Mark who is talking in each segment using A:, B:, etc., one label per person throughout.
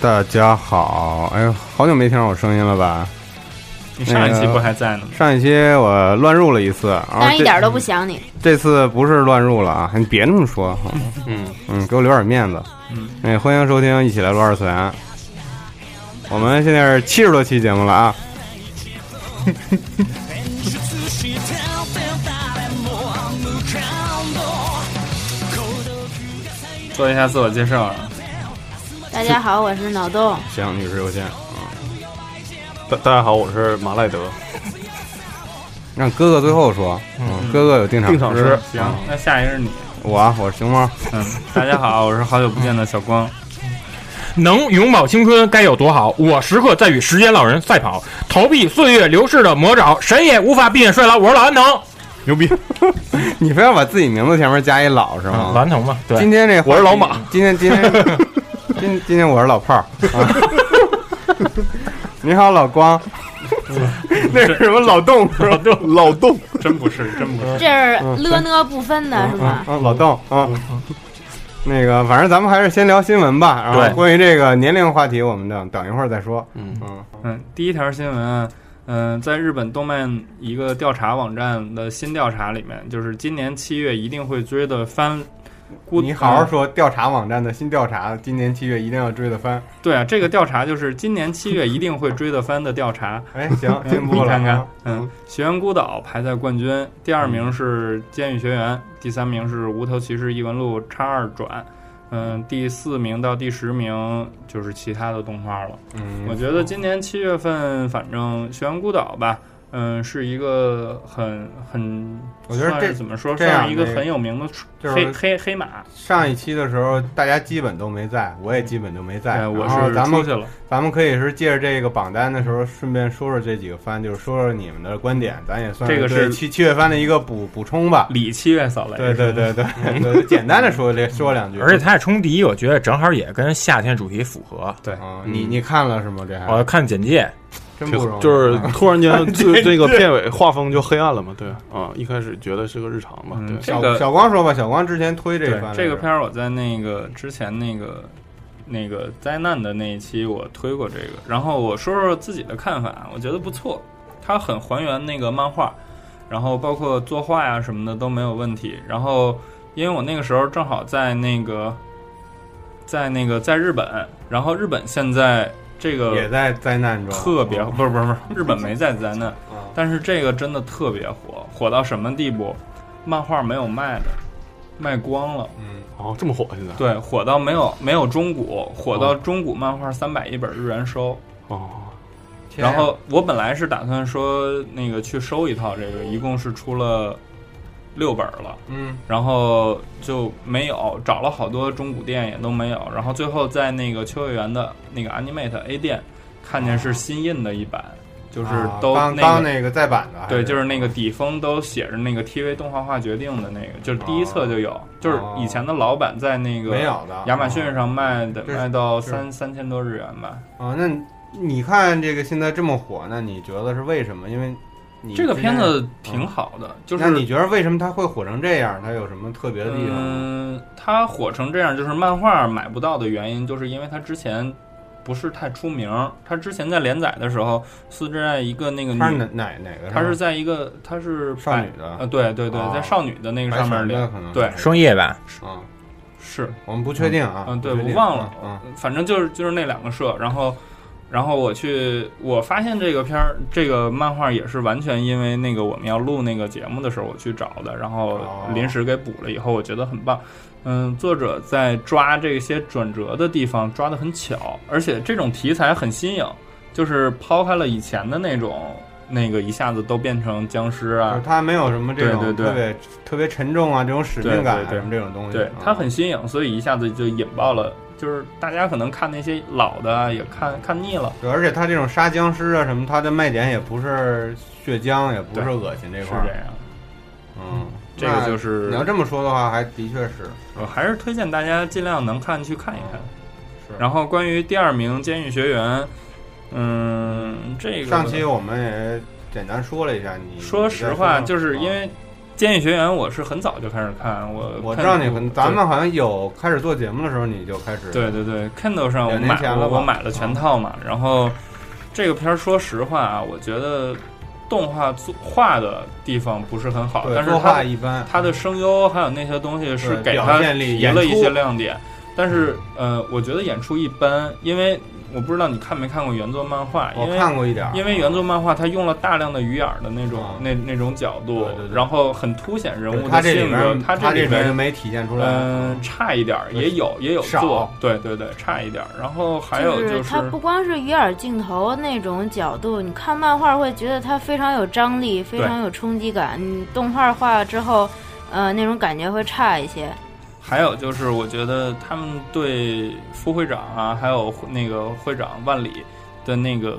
A: 大家好，哎呦，好久没听到我声音了吧？
B: 你上一期不还在呢吗？
A: 那个上一期我乱入了一次，然后
B: 啊
C: 但是一
A: 这
C: 点都不想你。
A: 这次不是乱入了啊，你别那么说哈。嗯嗯，给我留点面子。
B: 嗯，
A: 哎，欢迎收听，一起来撸二次元。我们现在是七十多期节目了啊。
B: 做一下自我介绍啊。
C: 大家好，我是 脑洞。
A: 行，女士优先，
D: 啊大大家好，我是马赖德。
A: 让哥哥最后说。嗯，哥哥有定场啊
D: 定场诗
B: 行，那下一个是你。
A: 我啊，我是熊猫。
B: 嗯，大家好，我是好久不见的小光。
E: 能永葆青春该有多好！我时刻在与时间老人赛跑，逃避岁月流逝的魔爪，谁也无法避免衰老。我是老顽童，
D: 牛逼！
A: 你非要把自己名字前面加一老是
E: 老
A: 吗？
E: 啊顽童嘛，
A: 今
E: 对，
A: 天这
D: 我是老马，
A: 今天今天今今天我是老炮儿。啊 你好，老光。那是什么老洞？老洞，
D: 老洞，
B: 真不是，真不是。
C: 这是了呢不分
B: 嗯
C: 的是吗？
A: 啊，老洞啊。那个，反正咱们还是先聊新闻吧。然
B: 对
A: 后关于这个年龄话题，我们等等一会儿再说。嗯嗯，
B: 嗯，第一条新闻啊，嗯、在日本动漫一个调查网站的新调查里面，就是今年七月一定会追的番。孤
A: 你好好
B: 呃
A: 说。调查网站的新调查，今年七月一定要追的番。
B: 对啊，这个调查就是今年七月一定会追的番的调查。 呃
A: 哎， 行，进步
B: 你
A: 了。
B: 看看
A: 啊，
B: 嗯，学员孤岛排在冠军，第二名是监狱学员，第三名是无头骑士异闻录叉二转，嗯，第四名到第十名就是其他的动画了。
A: 嗯，
B: 我觉得今年七月份，反正学员孤岛吧。嗯，是一个很很，
A: 我觉得
B: 算
A: 这
B: 是怎么说，
A: 这样
B: 算是一个
A: 的
B: 很有名的
A: 就是
B: 黑黑黑马。
A: 上一期的时候，大家基本都没在，我也基本就没在。
B: 哎，我
A: 然后
B: 是
A: 咱
B: 出
A: 们啊
B: 去了。
A: 咱们可以是借着这个榜单的时候，顺便说说这几个番，就是说说你们的观点，咱也算
B: 这个
A: 对
B: 是
A: 七七月番的一个补补充吧。
B: 李七月扫雷，
A: 对对对对，对简单的说
B: 嗯
A: 这说两句。
E: 而且它也冲第一，我觉得正好也跟夏天主题符合。
B: 对，
A: 啊，你你看了是吗？这
E: 我
B: 哦
A: 还
E: 看简介，
A: 真不容易，嗯
D: 就是突然间 就这个片尾画风就黑暗了嘛，对啊，一开始觉得是个日常嘛，
B: 嗯
D: 对，
B: 这
A: 小
B: 个
A: 小光说吧，小光之前推这
B: 对
A: 番的时
B: 这
A: 候
B: 个片儿，我在那个之前那个那个灾难的那一期我推过这个，然后我说说自己的看法，我觉得不错，它很还原那个漫画，然后包括作画呀、什么的都没有问题。然后因为我那个时候正好在那个在那个在日本，然后日本现在这个
A: 也在灾难中，
B: 特别
A: 嗯
B: 不是不是不是，日本没在 灾难，
A: 哦
B: 但是这个真的特别火，火到什么地步？漫画没有卖的，卖光了。
D: 哦，这么火现在，
B: 对，火到没有没有中古，火到
D: 哦
B: 中古漫画三百一本日元收。
D: 哦，
A: 嗯天啊
B: 然后我本来是打算说那个去收一套这个，一共是出了六本了，
A: 嗯，
B: 然后就没有，找了好多中古店也都没有，然后最后在那个秋叶原的那个 Animate A 店看见是新印的一版，就是
A: 啊
B: 都
A: 刚
B: 那
A: 刚
B: 个。
A: 那个再版的还，
B: 对，就是那个底封都写着那个 TV 动画化决定的那个，就是第一册就有，就是以前的老板在那个
A: 哦没有的
B: 亚马逊上卖的
A: 啊这是
B: 卖到
A: 是
B: 三三千多日元吧。
A: 啊，那你看这个现在这么火，那你觉得是为什么？因为你
B: 这个
A: 之
B: 片
A: 前
B: 子挺好的，就
A: 那你
B: 是
A: 觉得为什么它会火成这样？它有什么特别的地方吗？
B: 嗯，它火成这样，就是漫画买不到的原因，就是因为它之前不是太出名。它之前在连载的时候，四之爱一个那个
A: 它是
B: 女
A: 哪，哪哪个上面？
B: 它是在一个它是
A: 少女
B: 百
A: 的
B: 呃，对对对
A: 哦，
B: 在少女的那个
A: 白
B: 上面
A: 裙
B: 连
A: 的可能
B: 对
A: 是
E: 双叶吧，
A: 啊，
B: 是
A: 我们不确定啊。
B: 嗯，对
A: 不确
B: 我
A: 定
B: 忘了
A: 嗯，
B: 反正就是就是那两个社，然后然后我去，我发现这个片儿，这个漫画也是完全因为那个我们要录那个节目的时候我去找的，然后
A: 哦
B: 临时给补了以后，我觉得很棒。嗯，作者在抓这些转折的地方抓得很巧，而且这种题材很新颖，就是抛开了以前的那种那个一下子都变成僵尸啊，
A: 就是他没有什么这种
B: 对
A: 特
B: 对对
A: 别特别沉重啊，这种使命感啊
B: 对对对
A: 什么这种东西。
B: 对
A: 嗯，
B: 它很新颖，所以一下子就引爆了。就是大家可能看那些老的啊也看看腻了，
A: 对，而且他这种杀僵尸啊什么，他的卖点也不是血浆，也不是
B: 对
A: 恶心这
B: 是
A: 块儿
B: 这。样。
A: 嗯，
B: 这个
A: 那
B: 就是
A: 你要这么说的话，还的确是
B: 我还是推荐大家尽量能看去看一看。
A: 是
B: 然后关于第二名《监狱学员》，嗯，这个
A: 上期我们也简单说了一下，你
B: 说
A: 你
B: 实话，
A: 再说啊
B: 就是因为《监狱学员》，我是很早就开始看，我
A: 我知
B: 看
A: 道你很，
B: 对
A: 咱们好像有开始做节目的时候你就开始
B: 对对对，Kindle 上我
A: 两年
B: 买
A: 前了
B: 我
A: 吧啊
B: 我买了全套嘛，然后这个片儿说实话啊，我觉得动画做画的地方不是很好，
A: 对
B: 但是
A: 说
B: 它
A: 话一般，
B: 它的声优还有那些东西是
A: 对
B: 给
A: 表
B: 他
A: 现力
B: 提了一
A: 演
B: 些
A: 出嗯
B: 亮点，但是呃，我觉得演出一般，因为我不知道你看没看过原作漫画，
A: 我
B: 因为
A: 看过一点儿，
B: 因为原作漫画它用了大量的鱼眼儿的那种、
A: 啊
B: 那那种角度，
A: 对对对
B: 然后很凸显人物
A: 他
B: 的
A: 这里
B: 性格
A: 面，
B: 它
A: 这
B: 里
A: 面就
B: 面。
A: 没体现出来。
B: 嗯，差一点儿也有也有
A: 少
B: 做，对对对，差一点儿。然后还有
C: 就是
B: 是，
C: 它不光是鱼眼镜头那种角度，你看漫画会觉得它非常有张力，非常有冲击感。你动画化了之后，呃，那种感觉会差一些。
B: 还有
D: 嗯
B: 就是，我觉得他们对副会长啊，还有那个会长万里的那个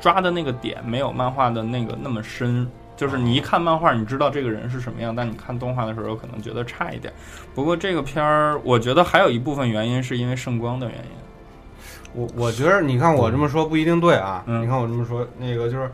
B: 抓的那个点，没有漫画的那个那么深。就是
D: 啊
B: 你一看漫画，你知道这个人是什么样，但你看动画的时候，可能觉得差一点。不过这个片儿，我觉得还有一部分原因是因为圣光的原因。
A: 我我觉得你看我这么说不一定对啊，
B: 嗯
A: 你看我这么说，那个就是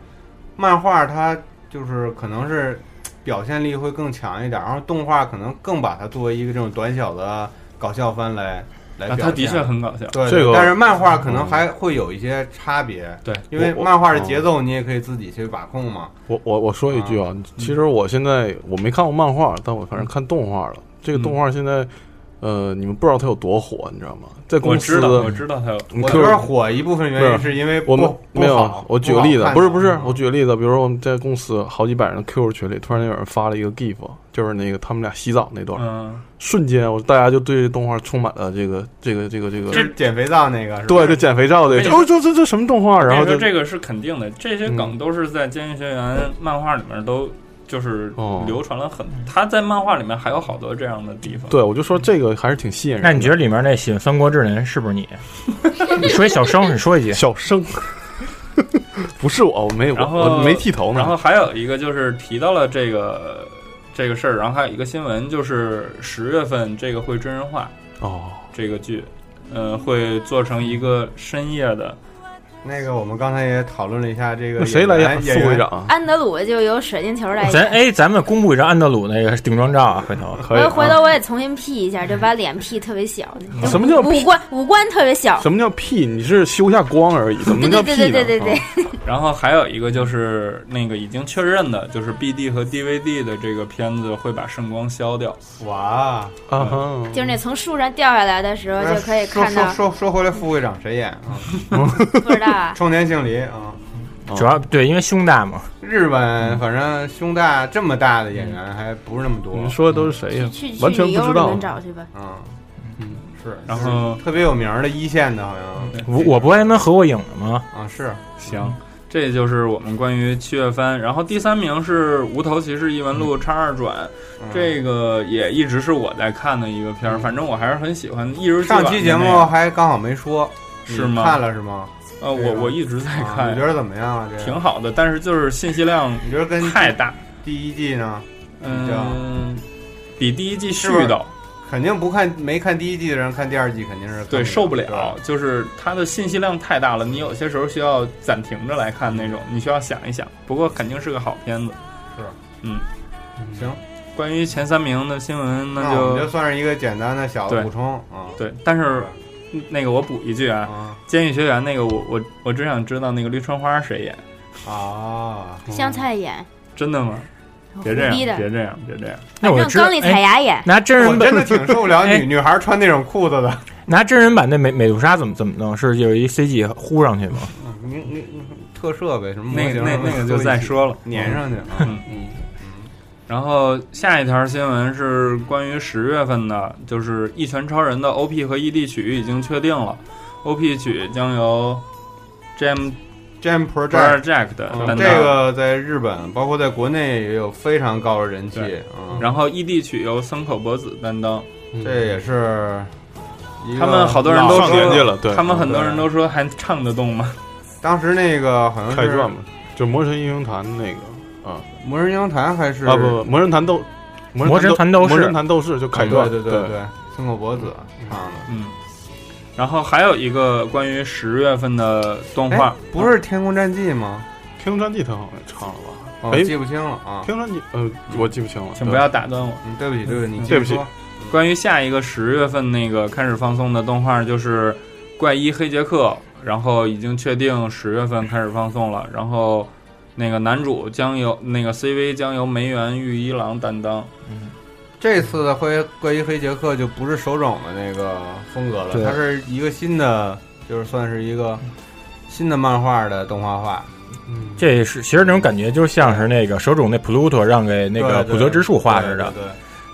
A: 漫画它就是可能是表现力会更强一点，然后动画可能更把它作为一个这种短小的搞笑番来来
D: 哎
A: 表
B: 啊，
A: 现。
B: 他的确很搞笑。
A: 对
D: 这个嗯
A: 但是漫画可能还会有一些差别，
B: 对，
A: 因为
D: 我我
A: 漫画的节奏你也可以自己去把控嘛。
D: 我我我说一句啊，嗯其实我现在我没看过漫画，但我反正看动画了。这个动画现在，呃，你们不知道它有多火，你知道吗？在
B: 我
D: 公司
B: 知道，我知道他有
D: 你
A: 我觉
D: Q
A: 得火一部分原因是因为
D: 我们
A: 不
D: 没
A: 不
D: 有
A: 好，
D: 我举个例子
A: 不好，看
D: 不是不是
A: 嗯，
D: 我举个例子，比如说我们在公司好几百人的 QQ 群里，突然有人发了一个 GIF，就是那个他们俩洗澡那段，
B: 嗯，
D: 瞬间我大家就对这动画充满了这个这个这个这个，
A: 就是减肥皂那个是吧
D: 对，这减肥照的，
B: 哎
D: 哦，这这这什么动画？然
B: 所
D: 后
B: 以
D: 就嗯
B: 说这个是肯定的，这些梗都是在《监狱学员》漫画里面都就是
D: 哦
B: 流传了很，他在漫画里面还有好多这样的地方。
D: 对我就说这个还是挺吸引人的。
E: 那你觉得里面那写《三国志》的人是不 是你？你说一小声，你说一句。
D: 小生？ 不是我，我没我
B: 然后
D: 我没剃头呢。
B: 然后还有一个就是提到了这个这个事儿，然后还有一个新闻就是十月份这个会真人化
D: 哦，
B: 这个剧，呃，会做成一个深夜的，
A: 那个我们刚才也讨论了一下这个
D: 那谁来
A: 演员
D: 副会？
A: 演员
D: 长？啊
C: 安德鲁就由水晶球来
E: 咱
C: 演。
E: 哎，咱们公布一张安德鲁那个定妆照啊，回头
D: 可以
C: 我
D: 啊。
C: 回头我也重新 P 一下，就把脸 P 特别小，
D: 什么叫 P？
C: 五官五官特别小。
D: 什么叫屁？你是修下光而已，怎么
C: 对
D: 能叫
C: 对
D: 屁
C: 对
D: 呢？
C: 对对对对
D: 啊，
B: 然后还有一个就是那个已经确认的，就是 BD 和 DVD 的这个片子会把圣光消掉。
A: 哇，
D: 啊哈！
C: 就是那从树上掉下来的时候就可以看到
A: 哎说，说说说回来，副会长谁演啊？
C: 不知道 啊，
A: 冲田杏梨啊，
E: 主要对，因为胸大嘛。
A: 日本反正胸大这么大的演
C: 嗯
A: 员还不是那么多
B: 嗯
D: 你们说的都是谁呀？
C: 去去
D: 完全
C: 旅
D: 不
C: 游
D: 知
C: 里
D: 道
C: 面。找去吧。
A: 啊，
B: 是，嗯然后嗯
A: 特别有名儿的一线的，好像
E: 我我不还能合过影了吗？
A: 啊是
B: 行，这就是我们关于七月番。然后第三名是《无头骑士异闻录》叉二转，
A: 嗯
B: 这个也一直是我在看的一个片儿，反正我还是很喜欢。一如既往
A: 上
B: 的
A: 期节
B: 那
A: 目
B: 个
A: 还刚好没说，
B: 是
A: 你
B: 吗
A: 看了是吗？
B: 呃，
A: 对
B: 我
A: 啊
B: 我一直在
A: 啊
B: 看
A: 你觉，得怎么样啊？这个
B: 挺好的，但是就是信息量
A: 你觉得跟
B: 太大，
A: 第一季呢？这样
B: 嗯，比第一季
A: 是不
B: 絮
A: 是
B: 叨，
A: 肯定不看没看第一季的人看第二季肯定是看
B: 对，受不
A: 对
B: 了，就是它的信息量太大了，你有些时候需要暂停着来看那种，你需要想一想。不过肯定是个好片子。
A: 是，
B: 嗯，
A: 行。
B: 关于前三名的新闻，
A: 那我
B: 就
A: 们就算是一个简单的小
B: 对
A: 补充啊。
B: 对，但是那个我补一句啊，
A: 啊
B: 《监狱学员》那个我我我只想知道那个绿川花谁演，
A: 啊，
D: 嗯
C: 香菜演，
B: 真的吗？别
C: 哦胡
B: 这样，
C: 逼的，
B: 别这样，别这样。
E: 那我就
C: 正
E: 知道
C: 刚。丽彩
E: 哎，
C: 芽演。
E: 拿真
A: 我
E: 人
A: 真
E: 版，
A: 的挺受不了
E: 哎
A: 女女孩穿那种裤子的。
E: 拿真人版那美美杜莎怎么怎么弄？是有一 CG 呼上去 吗？
A: 嗯你你你特设备什么模
B: 那
A: 型
B: 个那
A: 什么
B: 那个
A: 都
B: 就
A: 一
B: 再
A: 起
B: 说了。嗯
A: 粘上去啊。
B: 然后下一条新闻是关于十月份的，就是《一拳超人》的 OP 和 ED 曲已经确定了，OP 曲将由 Jam
A: Jam Project
B: Project 担当。
A: 嗯这个在日本，包括在国内也有非常高的人气
B: 对。
A: 嗯，
B: 然后 ED 曲由森口博子担当，
A: 这也是一个
B: 他们好多人都
D: 嗯啊上年纪
B: 说，
D: 了，对，啊
B: 他们很多人都说还唱得动
A: 哦
B: 吗？
A: 当时那个好像是
D: 开传嘛，就《魔神英雄坛》那个
A: 《魔人英雄坛》还是
D: 啊，不，《不，魔神坛斗》《
E: 魔神坛斗士
D: 魔神坛斗士就开
A: 对
D: 传，
A: 啊嗯对
D: 对
A: 对对，松口博子唱的。
B: 嗯。然后还有一个关于十月份的动
A: 哎
B: 画，，
A: 不是《天空战记》吗？
D: 天空战记》他好像唱了吧？
A: 哦
D: 哎
A: 记不清了啊
D: 天，空战记，呃，我记不清了，
B: 请
D: 对
B: 不要打断我。
A: 嗯，对不起，对不起，你继续
D: 对不起
A: 说
B: 关于下一个十月份那个开始放送的动画就是《怪医黑杰克》，然后已经确定十月份开始放送了。然后那个男主将由那个 CV 将由梅园裕一郎担当。
A: 这次的灰怪医黑杰克就不是手冢的那个风格了，
E: 对
A: 它是一个新的，就是算是一个新的漫画的动画化。
D: 嗯
E: 这也是其实那种感觉就像是那个手冢那 Pluto 让给那个
A: 对对
E: 普泽之树画似的。
A: 对，对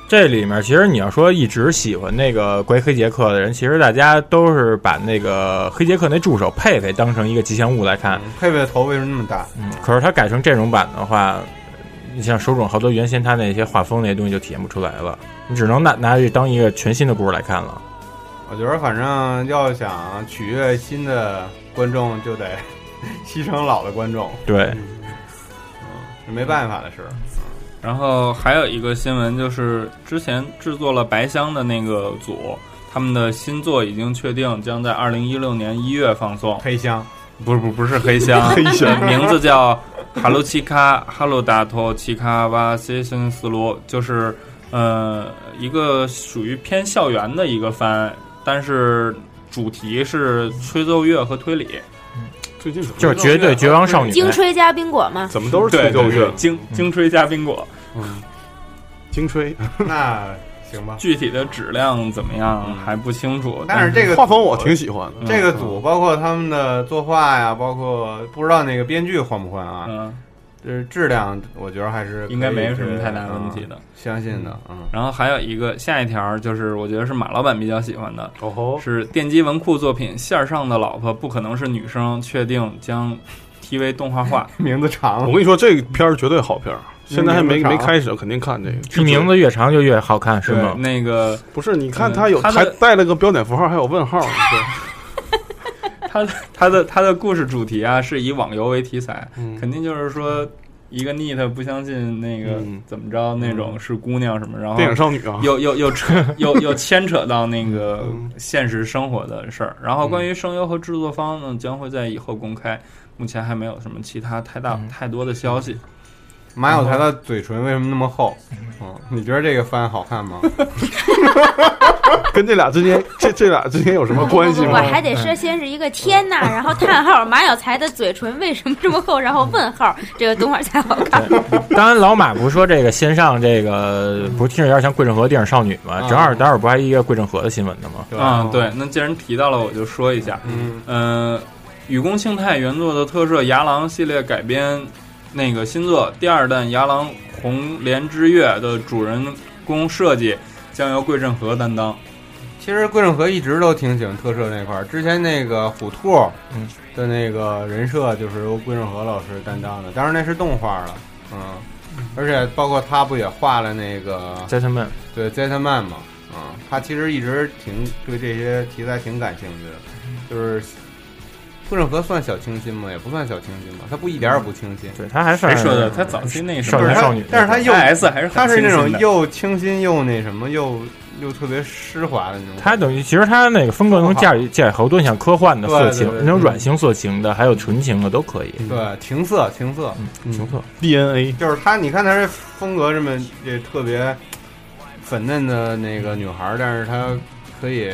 E: 这里面其实你要说一直喜欢那个怪黑杰克的人，其实大家都是把那个黑杰克那助手佩佩当成一个吉祥物来
A: 对
E: 看。
A: 嗯佩佩的头为什么那么大？
E: 嗯，可是他改成这种版的话，你像手冢好多原先他那些画风那些东西就体验不出来了，你只能拿拿去当一个全新的故事来看了。
A: 我觉得反正要想取悦新的观众，就得牺牲老的观众，
E: 对，
D: 嗯
A: 这没办法的事儿。
E: 嗯
B: 然后还有一个新闻就是，之前制作了《白箱》的那个组，他们的新作已经确定将在二零一六年一月放送。
A: 黑 箱，
B: 不是不不是黑箱，黑箱名字叫哈喽奇卡哈喽达托奇卡瓦西森斯罗，就是呃一个属于偏校园的一个番，但是主题是吹奏乐和推理，
D: 最近怎么
E: 就是绝对绝望少女。
C: 精吹加冰果嘛，
D: 怎么都是
B: 对
D: 吹奏
B: 对
D: 乐嗯
B: 对，，精精吹加冰果，
D: 精吹，
A: 那行吧。
B: 具体的质量怎么样还不清楚，
E: 嗯
B: 嗯
A: 但是这个
D: 画风我挺喜欢的。
A: 这个组，包括他们的作画呀，包括不知道那个编剧换不换啊？
B: 嗯
A: 就是质量，我觉得还是可以
B: 应该没什么太大问题，
A: 嗯
B: 的。
A: 相信的，嗯，
B: 然后还有一个下一条就是我觉得是马老板比较喜欢的，
D: 哦吼，
B: 是电击文库作品《线上的老婆不可能是女生》，确定将 TV 动画 化。
A: 名字
D: 我
A: 长
D: 跟，你说，这个片儿绝对好片儿，现在还没
A: 名字长
D: 没开始，肯定看这个。
E: 这名字越长就越好看，是
B: 对，
E: 吗？
B: 那个
D: 不是，你看
B: 嗯
D: 他有
B: 它的
D: 还带了个标点符号，还有问号，对，
B: 他的他的他的故事主题啊，是以网游为题材，
D: 嗯
B: 肯定就是说一个 Nit 不相信那个
D: 嗯
B: 怎么着那种是姑娘什么，然后
D: 电影少女啊，
B: 又又又 扯又又牵扯到那个
D: 嗯
B: 现实生活的事儿。然后关于声优和制作方呢，将会在以后公开，目前还没有什么其他太
D: 嗯
B: 大太多的消息。
A: 马小才的嘴唇为什么那么厚？嗯，你觉得这个番好看 吗？
D: 跟这俩之间，这这俩之间有什么关啊嗯系
C: 不不
D: 吗
C: 不，？还得是先是一个天 呐，然后叹号，马小才的嘴唇为什么这么厚，然后问号，这个动画才好看。
E: 当然，老马不是说这个线上这个不是听着有点像桂正和电影少女吗？
A: 嗯
E: 正好待会儿不还一个桂正和的新闻呢吗？
D: 哦
A: 对吧
B: 啊，，对，那既然提到了，我就说一下，
A: 嗯，
B: 嗯，雨宫庆太原作的特摄《牙狼》系列改编，那个新作第二弹《牙狼红莲之月》的主人公设计将由桂正和担当。
A: 其实桂正和一直都挺喜欢特摄那块儿，之前那个虎兔，
E: 嗯
A: 的那个人设就是由桂正和老师担当的，当然那是动画了，嗯，而且包括他不也画了那个
E: 在他们
A: 对 Zeta Man 嘛，啊、他其实一直挺对这些题材挺感兴趣的，
E: 嗯
A: 就是顾正和算小清新吗？也不算小清新吧，他不一点儿也不清新，
E: 对他还算
B: 谁说的？他早期那什
E: 哎少
B: 么
E: 年
A: 他
E: 嗯少女，
A: 但是他又
B: S 还是很
A: 他是那
B: 清新
A: 种
B: 的
A: 又清新又那什么又又特别湿滑的那种，
E: 他等于其实他那个风格能驾驭驾驭好多，你像科幻的、
A: 对
E: 色
A: 对
E: 情、
A: 对
E: 那种软性色情的，还有纯情的都可以，
A: 对情色情色，
D: 嗯
E: 挺不错。
D: DNA
A: 就是他，你看他这风格这么这特别粉嫩的那个女孩儿，但是她可以，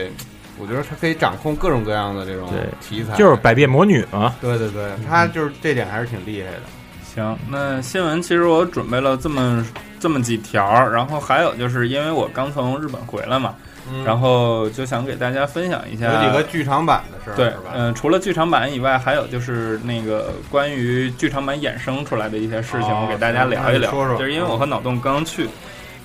A: 我觉得她可以掌控各种各样的这种
E: 对
A: 题材，
E: 就是百变魔女嘛，
A: 对对对，
B: 嗯
A: 她就是这点还是挺厉害的。
B: 行，那新闻其实我准备了这么这么几条儿，然后还有就是因为我刚从日本回来嘛，
A: 嗯
B: 然后就想给大家分享一下
A: 有几个剧场版的事儿，
B: 对
A: 是，吧？
B: 嗯、除了剧场版以外，还有就是那个关于剧场版衍生出来的一些事情，
A: 哦
B: 我给大家聊一
A: 那
B: 聊。
A: 你说说嗯
B: 就是因为我和脑洞刚去，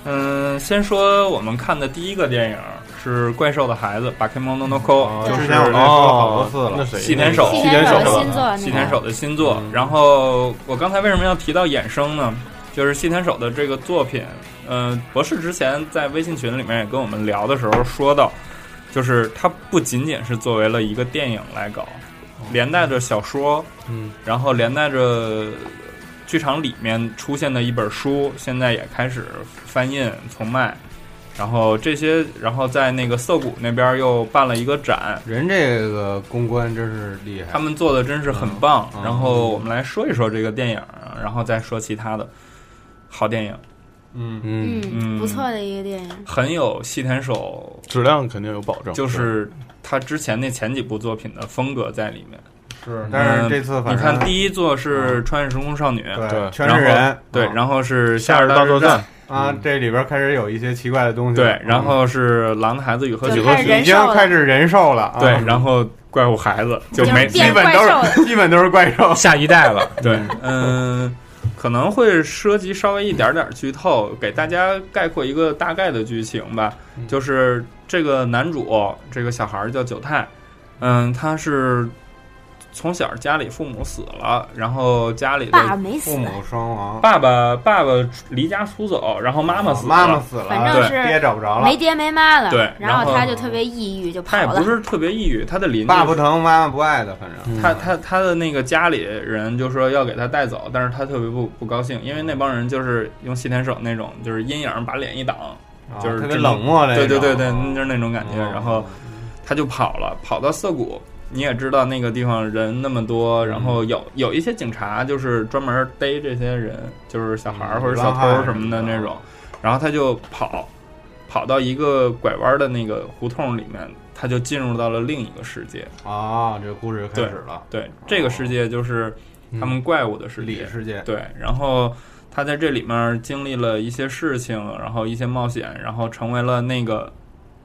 B: 嗯、先说我们看的第一个电影是《怪兽的孩子》，Bakemono no Ko，、
A: 哦
B: 就是
A: 之前我跟你说了好多次
D: 那
A: 了，
D: 谁呢？
B: 细田守
C: 细
B: 细
C: 田
B: 田
C: 守
B: 守
C: 新作那
B: 细田
C: 个
B: 守的新作。
A: 嗯
B: 然后我刚才为什么要提到衍生呢？就是细田守的这个作品，呃，博士之前在微信群里面也跟我们聊的时候说到，就是它不仅仅是作为了一个电影来搞，连带着小说，
A: 哦嗯，
B: 然后连带着剧场里面出现的一本书，现在也开始翻印重卖。然后这些，然后在那个涩谷那边又办了一个展，
A: 人这个公关真是厉害，
B: 他们做的真是很棒。
A: 嗯嗯
B: 然后我们来说一说这个电影，然后再说其他的好电影，
A: 嗯，
D: 嗯，
C: 嗯，
B: 嗯
C: 不错的一个电影，
B: 很有细田守，
D: 质量肯定有保证。
B: 就是他之前那前几部作品的风格在里面。
A: 是，但是
B: 嗯
A: 这次
B: 你
A: 反正
B: 看第一座是《穿越时空少女》，
A: 对
D: 对
A: 全是人，
B: 对，
A: 啊
B: 然后是《
D: 夏日
B: 日
D: 大
B: 作
D: 作战》，
A: 啊，这里边开始有一些奇怪的东西了，嗯
B: 对，然后是《狼的孩子与和
C: 就
B: 几
C: 开
B: 何
C: 始
B: 许》，
A: 已经开始人兽了，啊
B: 对，然后《怪物孩子》就
C: 就是
B: 没
C: 变
A: 基本
C: 怪
A: 都
C: 兽了
A: 是基本都是怪 兽，
E: 下一代了，
B: 对，嗯，可能会涉及稍微一点点剧透，给大家概括一个大概的剧情吧。
A: 嗯
B: 就是这个男主，这个小孩儿叫九太，嗯，他是从小家里父母死了，然后家里
C: 爸
B: 的
C: 没
A: 父
C: 死，
A: 母双亡，
B: 爸爸爸爸离家出走，然后妈妈
A: 啊
B: 死了，
A: 妈妈死了，
C: 反正
A: 对
C: 是
A: 爹找不着了
C: 没，爹没妈了，
B: 对
C: 然后
B: 然后
C: 他就特别抑郁，就跑
B: 他也
C: 了
B: 不，是特别抑郁，他的邻居
A: 爸不疼妈妈不爱的，反正
B: 嗯他他他的那个家里人就说要给他带走，但是他特别不不高兴，因为那帮人就是用细田守那种，就是阴影把脸一挡，
A: 啊
B: 就是
A: 特别
B: 这
A: 冷漠的，
B: 对对对嗯对，就是那种感觉。
A: 哦
B: 然后他就跑了，跑到涩谷，你也知道那个地方人那么多，然后
A: 嗯
B: 有有一些警察就是专门逮这些人，就是小孩儿
A: 嗯
B: 或者小
A: 流浪汉
B: 偷什么的
A: 嗯
B: 那种，然后他就跑，跑到一个拐弯的那个胡同里面，他就进入到了另一个世界。
A: 啊，这个故事开始了，
B: 对，这个世界就是他
A: 嗯
B: 们怪物的世界
A: 里。世界，
B: 对，然后他在这里面经历了一些事情，然后一些冒险，然后成为了那个，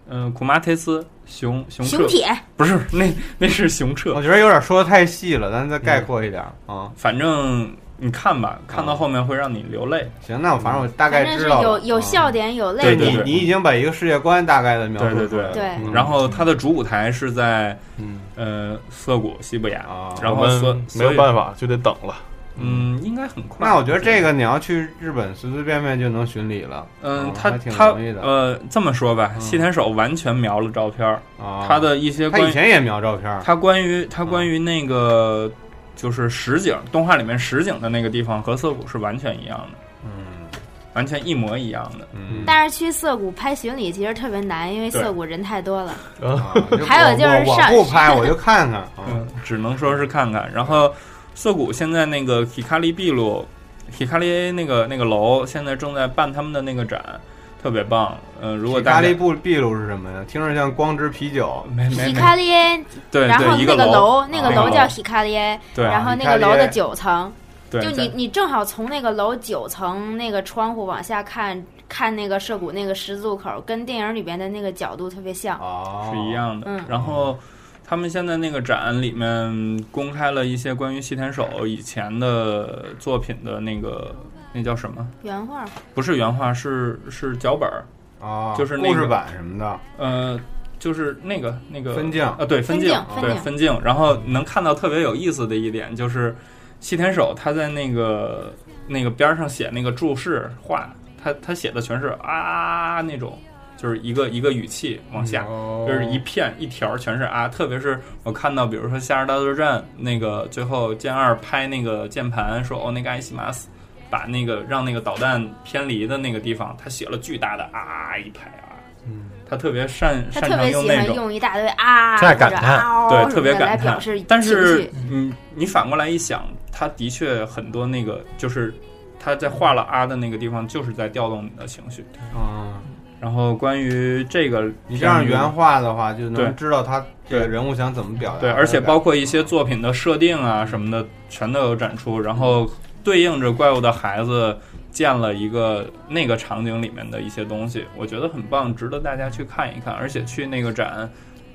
B: 嗯、库马忒斯熊熊彻
C: 熊铁
B: 不是那那是熊彻
A: 我，觉得有点说的太细了，咱再概
B: 嗯
A: 括一点啊。
B: 反正你看吧，看到后面会让你流泪。
A: 行，那我反正我大
C: 反
A: 概
C: 正
A: 知
C: 是
A: 道了
C: 有有
A: 啊
C: 笑点，有
A: 对
B: 对
C: 泪
B: 对
A: 你
C: 点，
B: 对
A: 你已经把一个世界观大概的描述
B: 对对
A: 出来了，
C: 对对
A: 嗯
B: 然后它的主舞台是在
D: 嗯
B: 呃涩谷西部雅，
A: 啊，
B: 然后
D: 我们
B: 所
D: 没
B: 所
D: 有
B: 以
D: 办法，就得等了。
B: 嗯，应该很快。
A: 那我觉得这
B: 个。
A: 个你要去日本随随便便就能巡礼了，
B: 嗯
A: 啊，
B: 他
A: 还挺
B: 他
A: 容易的
B: 呃，这么说吧，
A: 嗯
B: 细田守完全瞄了照片儿，
A: 啊。
B: 他的一些
A: 他
B: 关于
A: 以前也描照片儿，
B: 它关于它关于那个就是实景动画里面实景的那个地方和涩谷是完全一样的，
A: 嗯
B: 完全一模一样的。
A: 嗯，
C: 但是去涩谷拍巡礼其实特别难，因为
B: 对
C: 涩谷人太多了。
A: 啊
C: 还有就是
A: 我我我
C: 上
A: 不拍我就看 看啊
B: 嗯，只能说是看看。然后涩谷现在那个 Hikari 闭路 Hikari 那个那个楼现在正在办他们的那个展，特别棒。嗯、如果
A: 意大
B: 大家
A: 利布秘鲁是什么呀？听着像光之啤酒，
B: 没 没没
C: 喜卡利耶，
B: 对
C: 然后
B: 对一
C: 那个
B: 楼啊
C: 楼，那个
B: 那个
C: 楼
B: 楼
C: 叫喜卡利耶，
B: 对啊
C: 然后
A: 喜
C: 那
A: 卡
C: 个
A: 利
C: 楼
A: 耶
C: 的九层，
B: 对
C: 就你
B: 在
C: 你正好从那个楼九层那个窗户往下看，看那个涉谷那个十字路口，跟电影里边的那个角度特别像。
A: 哦，
B: 是一样的。
C: 嗯
B: 然后他们现在那个展里面公开了一些关于西田守以前的作品的那个那叫什么？
C: 原画，
B: 不是原画，是是脚本儿，
A: 啊，
B: 就是那
A: 故事
B: 个
A: 版什么的
B: 呃，就是那个那个
A: 分镜
B: 啊，对分镜
C: 分镜，
B: 对
C: 分镜
B: 分镜。然后能看到特别有意思的一点就是西田守他在那个那个边儿上写那个注释话，他他写的全是啊那种。就是一个一个语气往下，
A: 哦
B: 就是一片一条全是啊，特别是我看到，比如说《夏日大作战》那个最后剑二拍那个键盘说“哦，那个艾西马斯”，把那个让那个导弹偏离的那个地方，他写了巨大的啊一排啊，嗯，他特别擅
C: 他
B: 擅
C: 特
B: 长
C: 别
B: 用
C: 喜
B: 那
C: 欢
B: 种，
C: 用一大堆啊，
E: 在感叹
C: 或者嗷
B: 对，特别
C: 什么的来
B: 感
C: 表
B: 叹
C: 示。
B: 但
C: 情
B: 是
C: 绪，
B: 嗯，你反过来一想，他的确很多那个就是他在画了啊的那个地方，就是在调动你的情绪。
A: 啊。
B: 然后关于这个，
A: 你这样原画的话，就
B: 对
A: 能知道他这个
B: 对
A: 人物想怎么表达。
B: 啊对，
A: 他的
B: 而且
A: 感
B: 包括一些作品的设定啊什么的，全都有展出。然后对应着怪物的孩子建了一个那个场景里面的一些东西，我觉得很棒，值得大家去看一看，而且去那个展，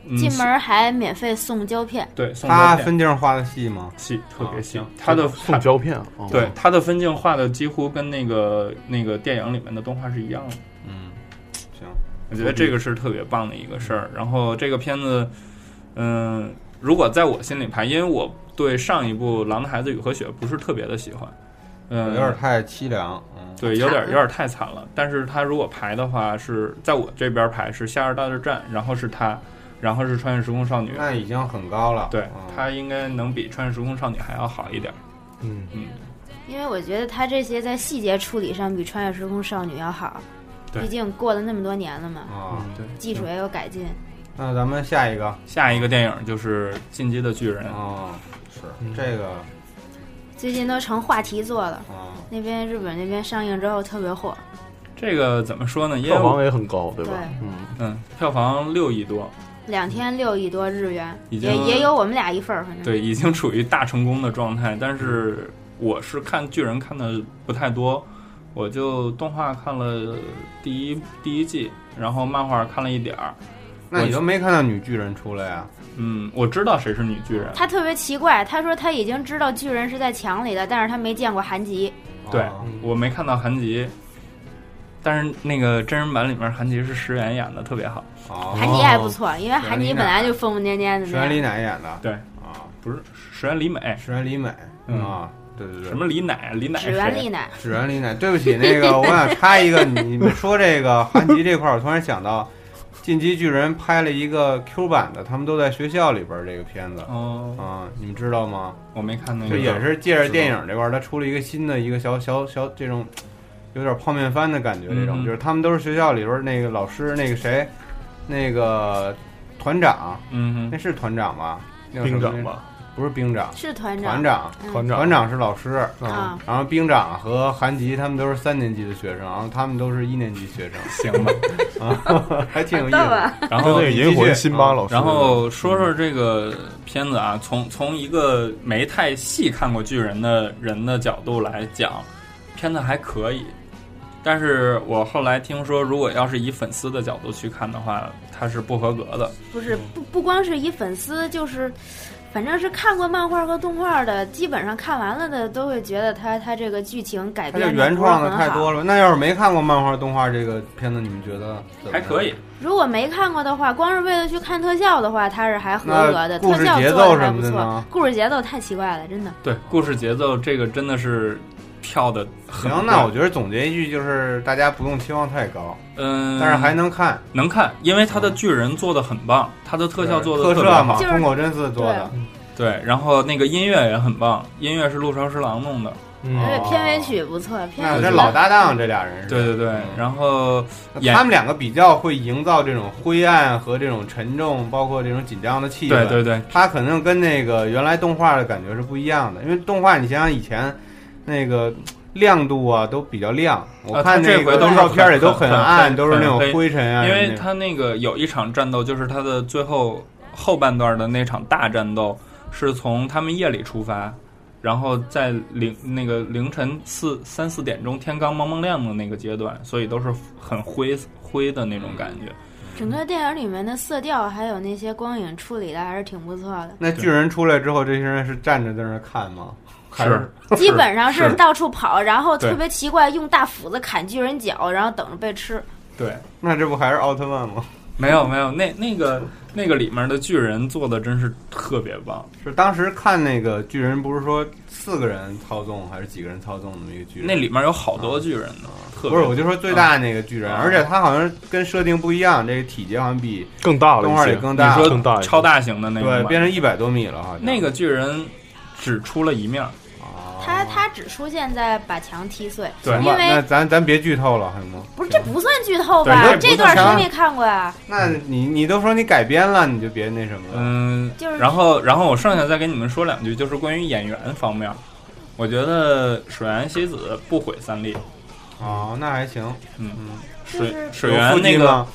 B: 嗯，
C: 进门还免费送胶片，
B: 对送
A: 他
B: 胶片
A: 分镜画的细吗？
B: 细特别细
A: 啊行，
B: 他的
D: 送胶片啊，哦
B: 对，它的分镜画的几乎跟那个那个电影里面的动画是一样的，
A: 嗯，行，
B: 我觉得这个是特别棒的一个事儿。然后这个片子，嗯、如果在我心里排，因为我对上一部《狼的孩子雨和雪》不是特别的喜欢，嗯、
A: 有点太凄凉。嗯，
B: 对，有点
C: 惨
B: 有点太惨了。但是它如果排的话，是在我这边排是《夏日大作战》，然后是它，然后是《穿越时空少女》，
A: 那已经很高了。
B: 对
A: 嗯，
B: 它应该能比《穿越时空少女》还要好一点。
A: 嗯
B: 嗯，
C: 因为我觉得他这些在细节处理上比《穿越时空少女》要好，
B: 对
C: 毕竟过了那么多年了嘛，
A: 啊，
B: 对。
C: 技术也有改进。
A: 那咱们下一个
B: 下一个电影就是《进击的巨人》
A: 啊，是这个
C: 最近都成话题作了，
A: 啊，
C: 那边日本那边上映之后特别火，
B: 这个怎么说呢？因为
D: 票
B: 我
D: 房也很高，对吧？
C: 对
D: 嗯，
B: 嗯，票房六亿多，
C: 两天六亿多日元，
B: 已
C: 也
B: 经
C: 也有我们俩一份儿，反正。
B: 对，已经处于大成功的状态。但是我是看巨人看的不太多，我就动画看了第一第一季，然后漫画看了一点儿。
A: 那你都没看到女巨人出来啊呀？
B: 嗯，我知道谁是女巨人，
C: 他特别奇怪，他说他已经知道巨人是在墙里的，但是他没见过韩吉。
B: 对
A: 啊
B: 我没看到韩吉，但是那个真人版里面韩吉是石原演的特别好，
A: 啊，
C: 韩吉还不错，因为韩
A: 石原里
C: 吉
A: 乃
C: 本来就疯疯癫癫
A: 哦
C: 的
A: 石
C: 那
A: 原里
C: 样。
A: 乃演的。
B: 对
A: 啊，
B: 不是石原里美，
A: 石原里美
B: 嗯
A: 啊，对对对，
B: 什么里乃里乃
C: 指
B: 是
C: 原
B: 谁？
C: 丽乃，
A: 指原里乃，对不起，那 个我想插一个，你们说这个韩吉这块儿，我突然想到，《进击巨人》拍了一个 Q 版的，他们都在学校里边儿这个片子
B: 哦，
A: 啊，你们知道吗？
B: 我没看
D: 嗯
B: 那
A: 就
B: 个，
A: 也是借着电影这块儿，他出了一个新的一个小小小这种，有点泡面番的感觉，这种
B: 嗯
A: 就是他们都是学校里边儿那个老师那个谁，那个团长，
B: 嗯
A: 那
B: 哼，
A: 是团长吧？那叫什
D: 兵
A: 么
D: 长，吧，
A: 不是兵长，
C: 是团
A: 团
C: 长。
A: 长，
C: 嗯
D: 团长，嗯
A: 团长是老师。
C: 啊，
A: 然后兵长和韩吉他们都是三年级的学生，然后他们都是一年级学生，
B: 行吧。
A: 还挺有意思
C: 到
A: 的。
C: 吧？
B: 然
D: 跟
B: 后
D: 那个银魂辛巴老师，
B: 然后哦说说这个片子啊，从从一个没太细看过巨人的人的角度来讲，片子还可以。但是我后来听说，如果要是以粉丝的角度去看的话，它是不合格的。
C: 不
A: 嗯
C: 是，不不光是以粉丝，就是，反正是看过漫画和动画的，基本上看完了的都会觉得他他这个剧情改
A: 他
C: 编
A: 这
C: 得
A: 原
C: 不是
A: 创的
C: 很
A: 太
C: 好
A: 多了。那要是没看过漫画、动画这个片子，你们觉得怎么样
B: 还可以？，
C: 如果没看过的话，光是为了去看特效的话，它是还合格的，
A: 那故
C: 特
A: 事
C: 效
A: 节
C: 做
A: 奏
C: 的还
A: 什
C: 不
A: 么的
C: 错
A: 呢。哦
C: 故事节奏太奇怪了，真的。
B: 对，故事节奏这个真的是跳的很
A: 行，那我觉得总结一句就是，大家不用期望太高，
B: 嗯，
A: 但是还能看。
B: 能看，因为它的巨人做的很棒，它的特效做的
A: 特
B: 特别
A: 摄
B: 好。
A: 嘛，
C: 就是
A: 风口真嗣做的，
B: 对，然后那个音乐也很棒，音乐是陆潮十郎弄的。
A: 哦
C: 而且片尾曲不错，片
A: 那
C: 尾曲
A: 这老搭档这俩人是。
B: 对对对，然后
A: 那他们两个比较会营造这种灰暗和这种沉重，包括这种紧张的气氛。
B: 对对对，
A: 它可能跟那个原来动画的感觉是不一样的，因为动画你想想以前那个亮度啊都比较亮，我
B: 啊
A: 看
B: 它这
A: 那个
B: 回都是
A: 照片里都
B: 很
A: 暗，
B: 很
A: 都是那种
B: 很黑
A: 灰尘啊
B: 因
A: 什么那种。，
B: 为他那个有一场战斗，就是他的最后后半段的那场大战斗，是从他们夜里出发，然后在凌那个凌晨四三四点钟，天刚蒙蒙亮的那个阶段，所以都是很灰灰的那种感觉。
C: 整个电影里面的色调还有那些光影处理的还是挺不错的
A: 那巨人出来之后，这些人是站着在那儿看吗？还
B: 是
C: 基本上是
B: 是
C: 到处跑，然后
B: 对
C: 特别奇怪，用大斧子砍巨人脚，然后等着被吃。
B: 对，
A: 那这不还是奥特曼吗？
B: 没有没有，那那个那个里面的巨人做的真是特别棒。
A: 是当时看那个巨人，不是说四个人操纵还是几个人操纵那么一个巨人？
B: 那里面有好多巨人呢，特别
A: 不是，我就说最大那个巨人，
B: 啊
A: 而且他好像跟设定不一样，这个体积好像比
D: 更大了一些，嗯
A: 动画里更大，
B: 你说
D: 更大一些
B: 超大型的那个
A: 对，
B: 吗
A: 变成一百多米了，好像
B: 那个巨人只出了一面儿，
A: 啊
C: 他他只出现在把墙踢碎，
B: 对
A: 行吧
C: 因为
A: 那咱咱别剧透了，行吗？
C: 不是这不算剧透吧
A: 对？这不
C: 这
A: 算
C: 段
A: 啥
C: 谁没看过呀？
A: 那你你都说你改编了，你就别那什么了。
B: 嗯，
C: 就是
B: 然后，然后我剩下再跟你们说两句，就是关于演员方面，我觉得水原希子不毁三立，
A: 哦，那还行。
B: 水
C: 就是
B: 嗯水
A: 有腹
B: 原
A: 肌
B: 那个
A: 吗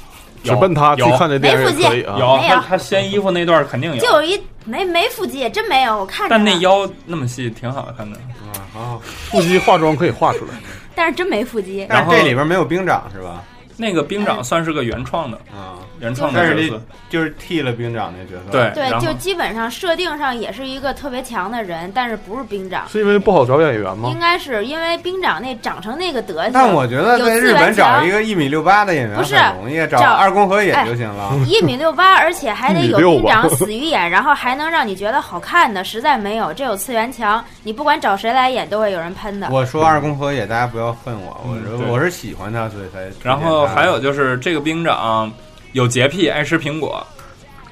D: 只奔他去
B: 有
D: 看这电影也可以啊。
B: 有
C: 没有
B: 他他掀衣服那段肯定有
C: 就，有一没没腹肌，真没有，我看着
B: 但那
C: 呢
B: 嗯腰那么细挺好看的。
A: 啊，哦，
D: 腹肌化妆可以画出来，
C: 但是真没腹肌。
A: 但
B: 然
A: 是
B: 后
A: 这里边没有兵长是吧？
B: 那个兵
C: 嗯
B: 长算是个原创的，
A: 啊，
B: 原创
A: 但
B: 的
A: 是
B: 角
A: 这
B: 色，
A: 就是替了兵长那角色。
B: 对
C: 对
B: 然，后
C: 就基本上设定上也是一个特别强的人，但是不是兵长，
D: 是因为不好找演员吗
C: 应？该是因为兵长那长成那个德行。
A: 但我觉得在日本找一个一米六八的演员
C: 不是
A: 很容易，找
C: 找哎
A: 二宫和也就行了。
C: 一米六八，而且还得有
D: 1.6
C: 兵长
D: 吧
C: 死鱼眼，然后还能让你觉得好看的，实在没有。这有次元墙，你不管找谁来演，都会有人喷的。
A: 我说二宫和也，大家不要恨我，我
B: 嗯
A: 是、
B: 对
A: 我是喜欢他，所以才推荐他。
B: 然后还有就是这个兵长有洁癖，爱吃苹果，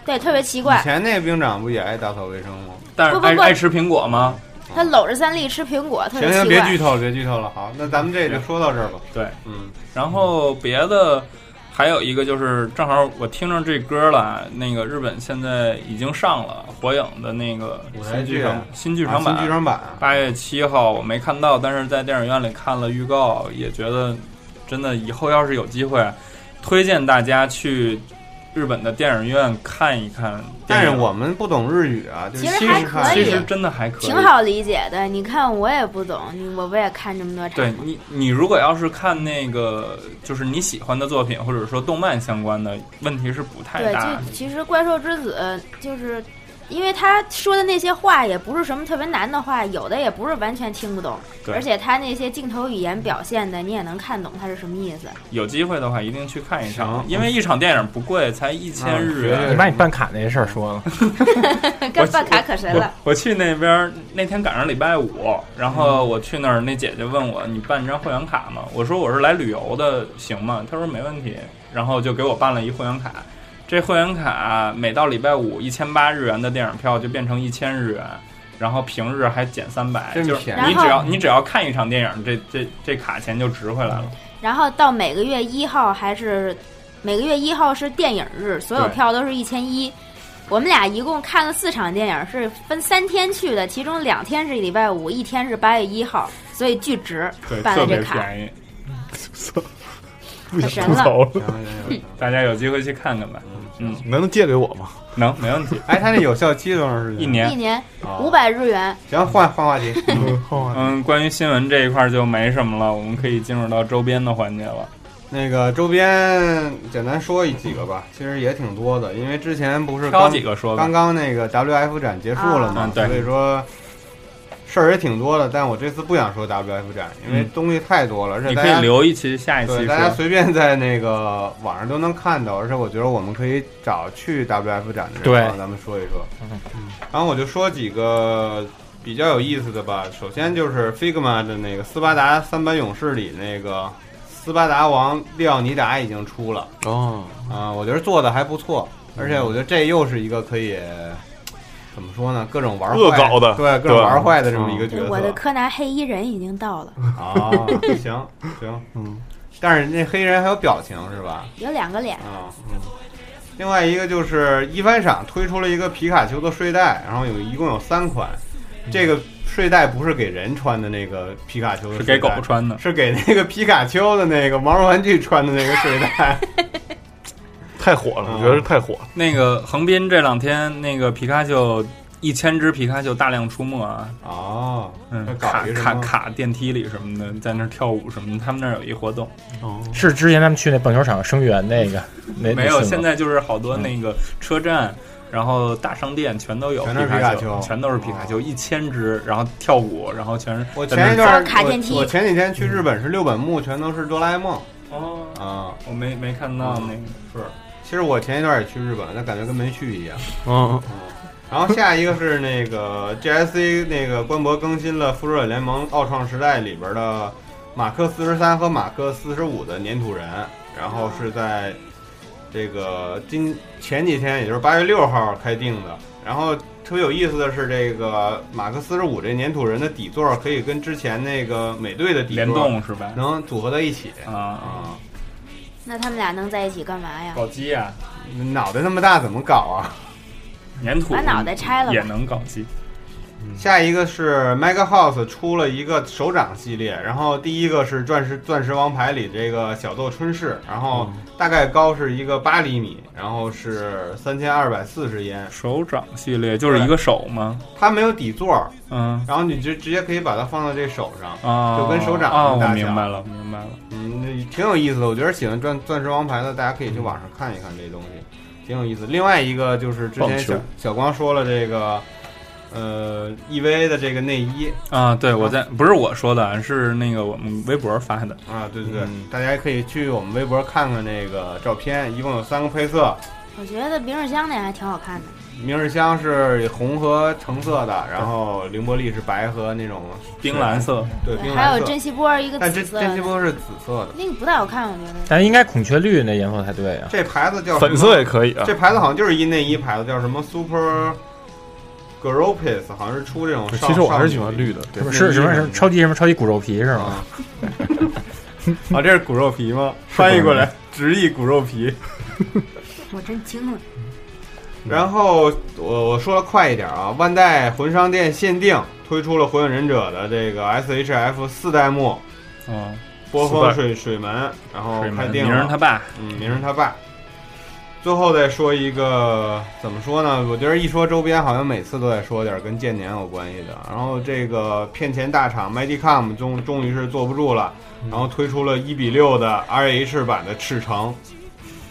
C: 对，特别奇
A: 以
C: 怪，
A: 前那个兵长不也爱打扫卫生吗？
B: 但是
C: 不不
B: 爱
C: 不
B: 爱吃苹果吗？
C: 他搂着三粒吃苹果，特
A: 行
C: 别
A: 行，
C: 奇
A: 别
C: 怪
A: 剧。透了，别剧透了。好，那咱们这就说到这儿吧。
B: 对，
A: 嗯，
B: 然后别的还有一个就是，正好我听上这歌了，那个日本现在已经上了《火影》的那个
A: 舞台
B: 新
A: 剧
B: 剧
A: 啊
B: 场新剧场
A: 啊新剧
B: 版，
A: 场版，
B: 八月七号我没看到，但是在电影院里看了预告，也觉得真的以后要是有机会，推荐大家去日本的电影院看一看
A: 但
B: 电影。
A: 是我们不懂日语啊，就是
C: 其实
A: 西
C: 还
A: 式看
C: 可
B: 其
C: 以
B: 实真的还可以，
C: 挺好理解的，你看我也不懂，你我不也看这么多
B: 对
C: 场吗？
B: 你，你如果要是看那个就是你喜欢的作品，或者说动漫相关的问题是不太
C: 对，
B: 大的
C: 就。其实《怪兽之子》就是，因为他说的那些话也不是什么特别难的话，有的也不是完全听不懂，
B: 对
C: 而且他那些镜头语言表现的，你也能看懂他是什么意思。
B: 有机会的话，一定去看一场
A: 行，
B: 因为一场电影不贵，才一千
A: 啊
B: 日元。
A: 学
E: 你把你办卡那事儿说了，
C: 跟办卡可神了，
B: 我去那边儿那天赶上礼拜五，然后我去那儿，那姐姐问我你办一张会员卡吗？我说我是来旅游的，行吗？她说没问题，然后就给我办了一会员卡。这会员卡每到礼拜五一千八日元的电影票就变成一千日元，然后平日还减三百，
A: 真
B: 就是
A: 便
C: 宜
B: 你只要你只要看一场电影，这这这卡钱就值回来了。
C: 然后到每个月一号还是每个月一号是电影日，所有
B: 对
C: 票都是一千一。我们俩一共看了四场电影，是分三天去的，其中两天是礼拜五，一天是八月一号，所以巨值
B: 对，
C: 办
B: 特
C: 了
B: 别
C: 这卡，
B: 便宜，
D: 不想
C: 神
D: 吐
C: 了
D: 槽了，
A: 行行行。
B: 大家有机会去看看吧，
D: 能借给我吗？
B: 能没问题，
A: 哎，他那有效期多长时间？
B: 一年
C: 一。年
A: 啊
C: 五。百日元。
A: 行，换换话题。
B: 嗯，关于新闻这一块儿就没什么了，我们可以进入到周边的环节了。
A: 那个周边简单说一几个吧，其实也挺多的，因为之前不是
B: 挑
A: 刚
B: 几个说吧
A: 刚。刚那个 WF 展结束了嘛
B: 啊，嗯对
A: 所以说事儿也挺多的。但我这次不想说 WF 展，因为
B: 嗯
A: 东西太多了，而且
B: 你
A: 大
B: 可以
A: 家
B: 留一期，下一期
A: 对大家
B: 说。
A: 随便在那个网上都能看到，而且我觉得我们可以找去 WF 展的人，
E: 对
A: 然后咱们说一说。然后我就说几个比较有意思的吧。首先就是 Figma 的那个斯巴达三百勇士里那个斯巴达王利奥尼达已经出了。
D: 哦，
A: 啊、我觉得做的还不错，而且我觉得这又是一个可以怎么说呢，各种玩坏
D: 恶搞的
A: 对，各种
D: 对
A: 玩坏的这么一个角
C: 对，
A: 色。
C: 我的柯南黑衣人已经到 了，
A: 啊，行行，
D: 嗯，
A: 但是那黑人还有表情是吧？
C: 有两个脸，
A: 啊，嗯。另外一个就是一番赏推出了一个皮卡丘的睡袋，然后有一共有三款，
B: 嗯
A: 这个睡袋不是给人穿的那个皮卡丘的
B: 是
A: 睡袋，
B: 给狗穿的，
A: 是给那个皮卡丘的那个毛绒玩具穿的那个睡袋。
D: 太火了，我觉得是太火了。
B: 那个横滨这两天那个皮卡丘一千只皮卡丘大量出没啊，
A: 哦，
B: 嗯，
A: 搞
B: 卡
A: 一个
B: 卡
A: 什么
B: 卡电梯里什么的，在那儿跳舞什么的，他们那儿有一活动。
D: 哦，
E: 是之前他们去那棒球场声援那个，
A: 哎
E: 那
B: 没
E: 那
B: 有，
E: 次
B: 现
E: 吗
B: 在就是好多那个车站，然后大商店全都有
A: 嗯全都是
B: 皮卡
A: 皮卡丘哦
B: 全都是皮卡丘，一千只，然后跳舞，然后全是
A: 我
B: 在那儿
A: 前一段儿
C: 走卡电梯
A: 我，我前几天去日本是六本木，全都是哆啦 A 梦
B: 哦，
A: 啊。
B: 我没没看到那个
A: 哦
B: 是
A: 其实我前一段也去日本，但感觉跟没去一样。
D: 嗯，
A: 然后下一个是那个 GSC 那个官博更新了《复仇者联盟：奥创时代》里边的马克四十三和马克四十五的粘土人，然后是在这个今前几天，也就是八月六号开定的。然后特别有意思的是，这个马克四十五这粘土人的底座可以跟之前那个美队的底座
B: 联动是吧？
A: 能组合在一起
B: 啊，
A: 啊！
C: 那他们俩能在一起干嘛
A: 哦
C: 呀？
B: 搞基啊，
A: 脑袋那么大怎么搞啊？
B: 粘土
C: 把脑袋拆了吧
B: 也能搞基。
A: 下一个是 Mega House 出了一个手掌系列，然后第一个是钻石钻石王牌里这个小豆春氏，然后
D: 嗯
A: 大概高是一个八厘米，然后是三千二百四十烟，
B: 手掌系列就是一个手吗？
A: 它没有底座儿，
B: 嗯
A: 然后你就直接可以把它放到这手上，
B: 啊，
A: 就跟手掌
B: 啊，
A: 那么
B: 我
A: 大
B: 明
A: 小
B: 白了，明白了。
A: 嗯，那挺有意思的。我觉得喜欢钻钻石王牌的，大家可以去网上看一看这东西，挺有意思。另外一个就是之前
D: 棒球
A: 小小光说了这个，呃，EVA 的这个内衣
B: 啊，对，我在不是我说的啊，是那个我们微博发的。
A: 啊，对对对，
B: 嗯
A: 大家可以去我们微博看看那个照片，一共有三个配色。
C: 我觉得明日香那还挺好看的。
A: 明日香是红和橙色的，然后凌波丽是白和那种
B: 冰蓝色，
A: 对冰
C: 还
A: 蓝
C: 有
A: 色，
C: 珍惜波儿一个
A: 但
C: 紫
A: 真
C: 色
A: 真希
C: 的，
A: 波是紫色的。
C: 那个不太好看，我觉得。
F: 但应该孔雀绿那颜色才对啊。
A: 这牌子叫什么
D: 粉色也可以啊。
A: 嗯这牌子好像就是一内衣牌子，叫什么 Super Gropis，好像是出这种少。
D: 其实我还是喜欢绿的，对
F: 是不是什么什么超级什么超级骨肉皮是
A: 的
F: 吗？
A: 啊。啊，这是骨肉皮吗？翻译过来，直译骨肉皮。
C: 我真惊了，
A: 然后我我说的快一点啊，万代魂商店限定推出了《火影忍者》的这个 SHF 四代目
B: 嗯，
A: 波
D: 四
A: 风
D: 代
A: 水水门，然后
B: 水
A: 开
B: 门
A: 定
B: 鸣人
A: 了。
B: 他爸，
A: 嗯，名人他爸。最后再说一个，怎么说呢？我觉得一说周边，好像每次都在说点跟建年有关系的。然后这个骗钱大厂 Medicom 终终于是坐不住了，然后推出了一比六的 RH 版的赤诚，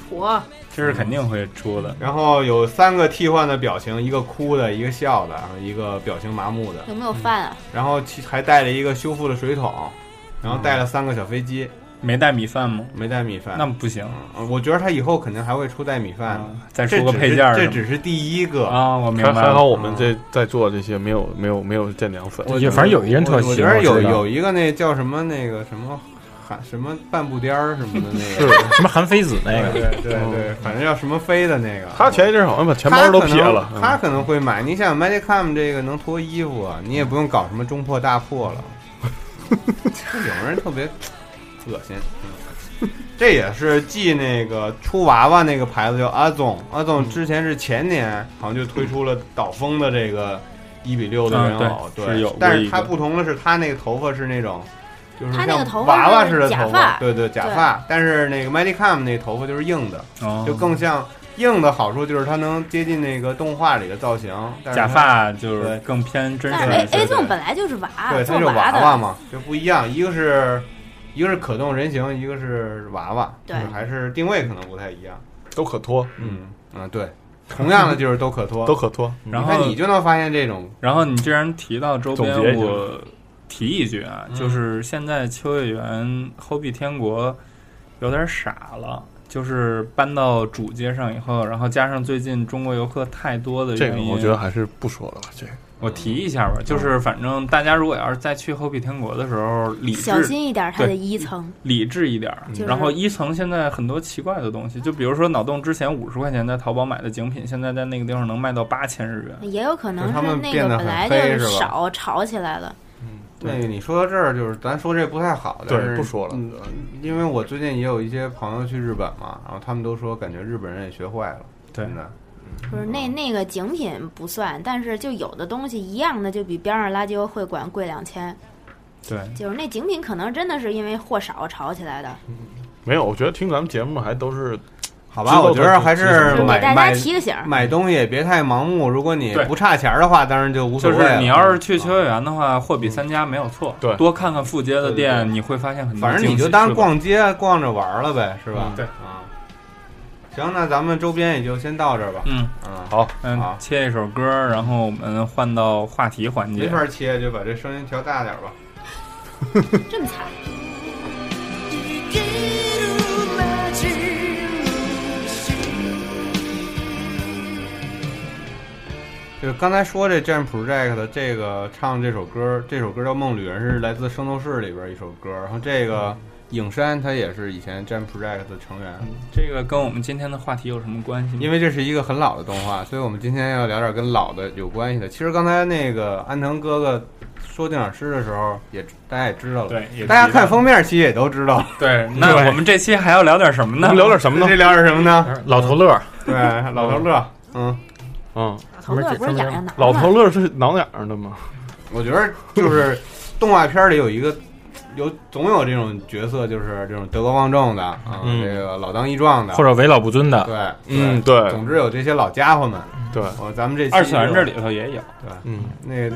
C: 妥。
B: 这是肯定会出的。
A: 然后有三个替换的表情，一个哭的，一个笑的，然后一个表情麻木的，
C: 有没有饭啊？
A: 然后其还带了一个修复的水桶，然后带了三个小飞机，
B: 没带米饭吗？
A: 没带米饭。
B: 那不行，
A: 嗯，我觉得他以后肯定还会出带米饭的。
B: 啊再
A: 嗯这
B: 出个
A: 只
B: 配
A: 是
B: 件儿
A: 这
B: 什么
A: 只是第一个
B: 的啊，我明
D: 还
B: 白
D: 还好
B: 了。
D: 我们这在座这些没有没有没有见凉粉，
A: 我
F: 也
A: 觉
F: 反正
A: 得
F: 有一人特
A: 我我
F: 喜
A: 觉
F: 欢
A: 得
F: 我
A: 有
F: 知道
A: 有一个那叫什么那个什么韩什么半步颠儿什么的那个，
F: 什么韩非子那个
A: 对对对
F: 嗯
A: 对，反正叫什么飞的那个。
D: 他前一阵好像把钱包都撇了，
B: 嗯
D: 嗯
A: 他可能会买。你想 Magicom 这个能脱衣服啊，你也不用搞什么中破大破 了。有人特别恶心。嗯这也是继那个出娃娃那个牌子叫阿总，阿总
B: 嗯
A: 之前是前年好像就推出了岛风的这个一比六的人偶，
B: 嗯对
A: 对，
B: 是有过
A: 但是
B: 一
A: 它
B: 个
A: 不同的是，它那个头发是那种，就是
C: 它那个头
A: 像
C: 发
A: 娃娃似的
C: 是假
A: 头发，
C: 发
A: 对对，假发。但是那个 Magicom 那头发就是硬的，
B: 哦
A: 就更像硬的好处就是它能接近那个动画里的造型，但是
B: 假
A: 它。
B: 发就
A: 对
B: 是更偏真实
C: 但是哎
B: 的
C: A
B: 一
C: A
B: 些。
C: 纵本来就是娃，
A: 对，它
C: 啊做
A: 是娃
C: 的。
A: 娃嘛，就不一样，一个是一个是可动人形，一个是娃娃，
C: 对
A: 就是还是定位可能不太一样。
D: 都可脱，
A: 嗯啊，对，同样的就是都可脱，
D: 都可脱。
B: 然
A: 你看
B: 后
A: 你就能发现这种
B: 然后你既然提到周
D: 总结
B: 边，
D: 一下
B: 我提一句啊，
A: 嗯
B: 就是现在秋叶原后壁天国有点傻了。就是搬到主街上以后，然后加上最近中国游客太多的
D: 这
B: 原
D: 个
B: 因，
D: 我觉得嗯还是不说了吧，这个
B: 我提一下吧，就是反正大家如果要是再去后壁天国的时候，理
C: 小
B: 智
C: 心一点，它的一层。
B: 理智一点儿
C: 就。是
B: 然后一层现在很多奇怪的东西，就比如说脑洞之前五十块钱在淘宝买的精品，现在在那个地方能卖到八千日元。
C: 也有可
A: 就
C: 能
A: 是他
C: 是
A: 们
C: 那
A: 变
C: 个
A: 得
C: 本来
A: 很黑
C: 就是
A: 吧
C: 少炒起来了，
A: 那个你说到这儿，就是咱说这不太好，但
D: 对
A: 是
D: 不说了。
A: 嗯因为我最近也有一些朋友去日本嘛，然后他们都说感觉日本人也学坏了，
B: 对
A: 真的。
C: 不是那那个精品不算，但是就有的东西一样的就比边上垃圾会馆贵两千，
B: 对，
C: 就是那精品可能真的是因为货少炒起来的。
D: 没有，我觉得听咱们节目还都是
A: 好吧，我觉得还是
C: 就是给
A: 买
C: 大家
A: 买
C: 提个醒儿，
A: 买东西也别太盲目，如果你
B: 对
A: 不差钱儿的话，当然就无所
B: 就
A: 谓了。
B: 是你要是去
A: 啊
B: 秋叶原的话，货比三家没有错。
D: 对
B: 多看看附街
A: 对
B: 的
A: 对
B: 店，你会发现很多
A: 嗯反
B: 惊喜。
A: 正你就当
B: 是吧
A: 逛街逛着玩儿了呗，是吧？
B: 嗯对
A: 啊。行，那咱们周边也就先到这儿吧。
B: 嗯
A: 嗯，
D: 好，
A: 好
B: 嗯，切一首歌，然后我们换到话题环
A: 没
B: 节。
A: 法切，就把这声音调大点儿吧。
C: 这么惨。
A: 就是刚才说这 Jam Project 的这个唱这首歌，这首歌叫《梦旅人》，是来自《圣斗士》里边一首歌。然后这
B: 嗯
A: 个影山他也是以前 Jam Project 的成员，
B: 这个跟我们今天的话题有什么关系吗？
A: 因为这是一个很老的动画，所以我们今天要聊点跟老的有关系的。其实刚才那个安藤哥哥说电影诗的时候，也大家也知道了，
B: 对，也
A: 大家
B: 提到
A: 看封面其实也都知道。
B: 对，
E: 嗯
B: 那我们这期还要聊点什么
D: 我
B: 呢？
D: 们聊点什么呢？
A: 这聊点什么呢？
F: 老头乐，
A: 对，老头乐，嗯，
D: 嗯，
C: 头乐不是痒痒挠
D: 老头
C: 吗？
D: 乐是挠痒痒的吗？
A: 我觉得就是动画片里有一个有总有这种角色，就是这种德高望重的啊，
G: 嗯
A: 这个老当益壮的，
E: 或者为老不尊的，
A: 对，
D: 嗯，
A: 对，
D: 对
A: 总之有这些老家伙们。
D: 对，
A: 哦，咱们这期
B: 二次元这里头也有，
D: 嗯，
A: 那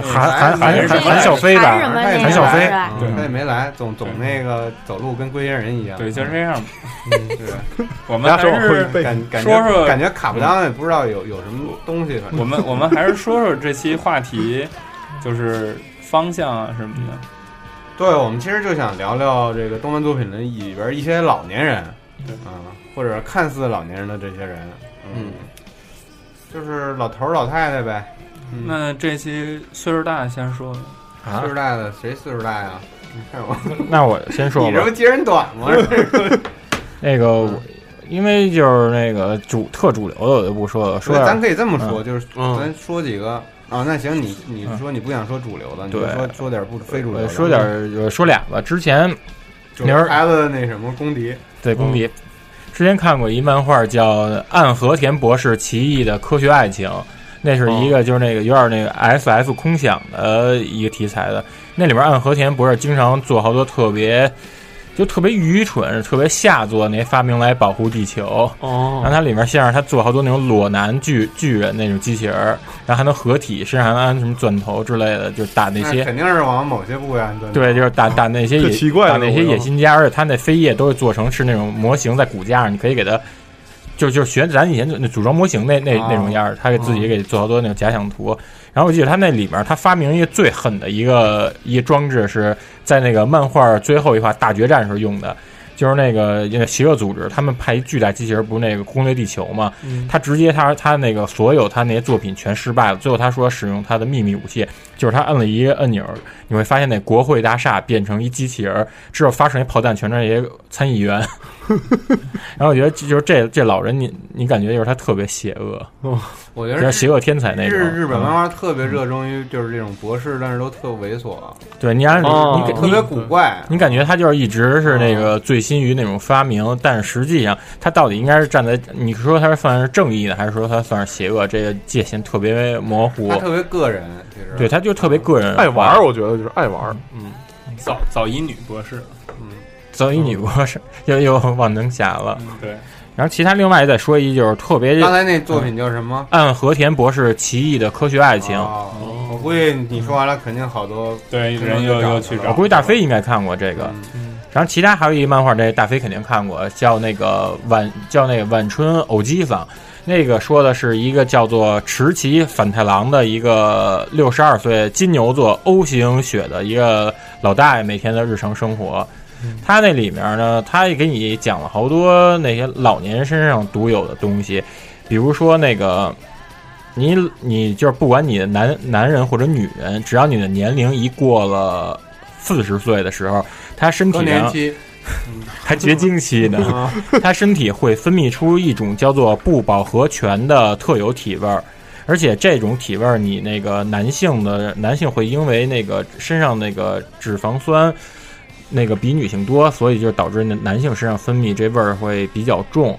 E: 韩韩
A: 还
E: 韩
A: 是
E: 韩韩小飞
C: 还是什
E: 吧，
C: 么那个
E: 韩小飞
C: 是吧
A: 对，他也没来，总总那个走路跟龟仙人一样。
B: 对，就是这样。
A: 嗯对，
B: 我们
D: 大
B: 还
D: 家说我
B: 是
D: 会背，
A: 感感
B: 说说
A: 觉感觉卡布当也不知道有有什么东西，反正
B: 我们我们还是说说这期话题，就是方向啊什么的。
A: 对，我们其实就想聊聊这个动漫作品的里边一些老年人，
B: 对
A: 啊，或者看似老年人的这些人，
D: 嗯，
A: 就是老头儿老太太呗。嗯
B: 那这期岁数大先说，
E: 啊
A: 岁数大的谁岁数大呀？啊你看我，
E: 那我先说
A: 你这
E: 吧
A: 不，揭人短吗？
E: 那个我因为就是那个主特主流的我就不说了，说点
A: 咱可以这么说，就是
D: 嗯
A: 咱说几个啊。那行，你你说你不想说主流的，你就
E: 嗯对
A: 说说点不非主流的，
E: 我呃
A: 嗯
E: 说点儿我说俩吧，之前
A: 就是孩子那什么公敌，
E: 对，
A: 嗯
E: 公敌。之前看过一漫画叫《暗和田博士奇异的科学爱情》，那是
A: 哦
E: 一个就是那个有点那个 S S 空想的一个题材的。那里面暗和田博士经常做好多特别就特别愚蠢、特别下作的那些发明来保护地球。然后
D: 哦，
E: 它里面像是他做好多那种裸男巨巨人那种机器人儿，然后还能合体，身上还能安什么钻头之类的，就是打那
A: 那
E: 些
A: 肯定是往某些部位安顿。
E: 对，就是打打那些
D: 特
E: 野
D: 奇怪
E: 打
D: 的
E: 那些
D: 我
E: 野
D: 就
E: 心家，而且他那飞叶都是做成是那种模型在骨架上，你可以给它，就就学咱以前那组装模型那那
D: 啊
E: 那种样儿，他给自己给做好多那种假想图。然后我记得他那里面他发明一个最狠的一个一个装置，是在那个漫画最后一话大决战时候用的。就是那个那个邪恶组织，他们派一巨大机器人，不是那个攻略地球嘛？
D: 嗯
E: 他直接他他那个所有他那些作品全失败了。最后他说使用他的秘密武器，就是他摁了一个按钮，你会发现那国会大厦变成一机器人儿，之后发射一炮弹，全是那些参议员。 然后我觉得就是这这老人你，你感觉就是他特别邪恶，
A: 我觉
E: 有
A: 得
E: 点
A: 日
E: 邪恶天才那种。
A: 日日本啊漫
E: 嗯、
A: 画特别热衷于就是这种博士，但是都特猥琐，
E: 对你按、
D: 哦
E: 你
A: 特
E: 你
A: 别哦古怪。
E: 你感觉他就是一直是那个醉心于那种发明，但是实际上他到底应该是站在你说他是算是正义的，还是说他算是邪恶？这个界限特别模糊
A: 他。特别个人，其实
E: 对，他就特别个人化，
D: 爱玩儿，我觉得就是爱玩儿。嗯，
B: 早早乙女博士，
E: 所以女
A: 嗯
E: 博士又又忘能侠了。
B: 嗯，对，
E: 然后其他另外再说一，就是特别
A: 刚才那作品叫什么？
E: 按和田博士奇异的科学爱情。
A: 哦
E: 嗯
A: 我估计你说完了，肯定好多
B: 对，人又又去
E: 我
B: 找
E: 估计大飞应该看过这个，然后其他还有一漫画，这大飞肯定看过，叫那个晚叫那个晚春偶机坊，那个说的是一个叫做池崎反太郎的一个六十二岁金牛座 O 型血的一个老大爷每天的日常生活。他那里面呢，他也给你讲了好多那些老年人身上独有的东西，比如说那个，你你就是不管你男男人或者女人，只要你的年龄一过了四十岁的时候，他身体
A: 更年
E: 呢
A: 期
E: 还绝经期呢，
A: 啊，
E: 他身体会分泌出一种叫做不饱和醛的特有体味儿。而且这种体味儿，你那个男性的男性会因为那个身上那个脂肪酸，那个比女性多，所以就导致那男性身上分泌这味儿会比较重。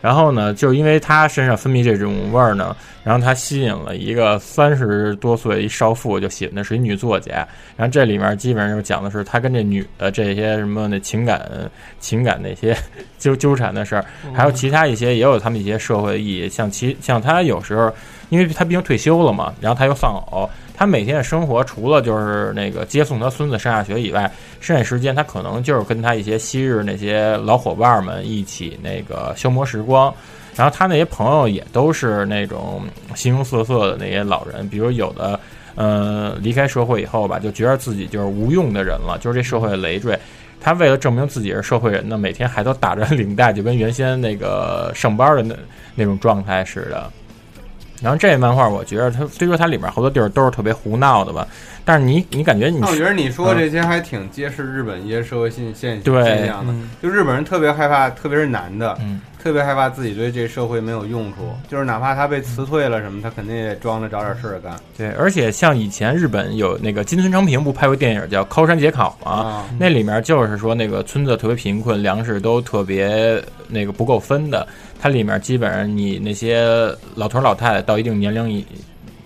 E: 然后呢，就因为他身上分泌这种味儿呢，然后他吸引了一个三十多岁一少妇，就写那是一女作家。然后这里面基本上就讲的是他跟这女的这些什么那情感情感那些 纠纠缠的事儿，还有其他一些也有他们一些社会意义，像其像他有时候，因为他毕竟退休了嘛，然后他又丧偶，他每天的生活除了就是那个接送他孙子上下学以外，剩下时间他可能就是跟他一些昔日那些老伙伴们一起那个消磨时光。然后他那些朋友也都是那种形形色色的那些老人，比如有的，呃，离开社会以后吧，就觉得自己就是无用的人了，就是这社会的累赘。他为了证明自己是社会人呢，每天还都打着领带，就跟原先那个上班的那那种状态似的。然后这漫画，我觉得它虽说它里面好多地儿都是特别胡闹的吧，但是你你感觉你
A: 那我觉得你说这些还挺揭示日本一些社会现现
E: 嗯对
D: 嗯
A: 现象的。就日本人特别害怕，特别是男的，
E: 嗯
A: 特特别害怕自己对这社会没有用处，就是哪怕他被辞退了什么，他肯定也装着找点事儿干
E: 对，而且像以前日本有那个金村昌平不拍过电影叫《高山节考》吗？
A: 啊。
E: 那里面就是说那个村子特别贫困，粮食都特别那个不够分的。它里面基本上你那些老头老太太到一定年龄以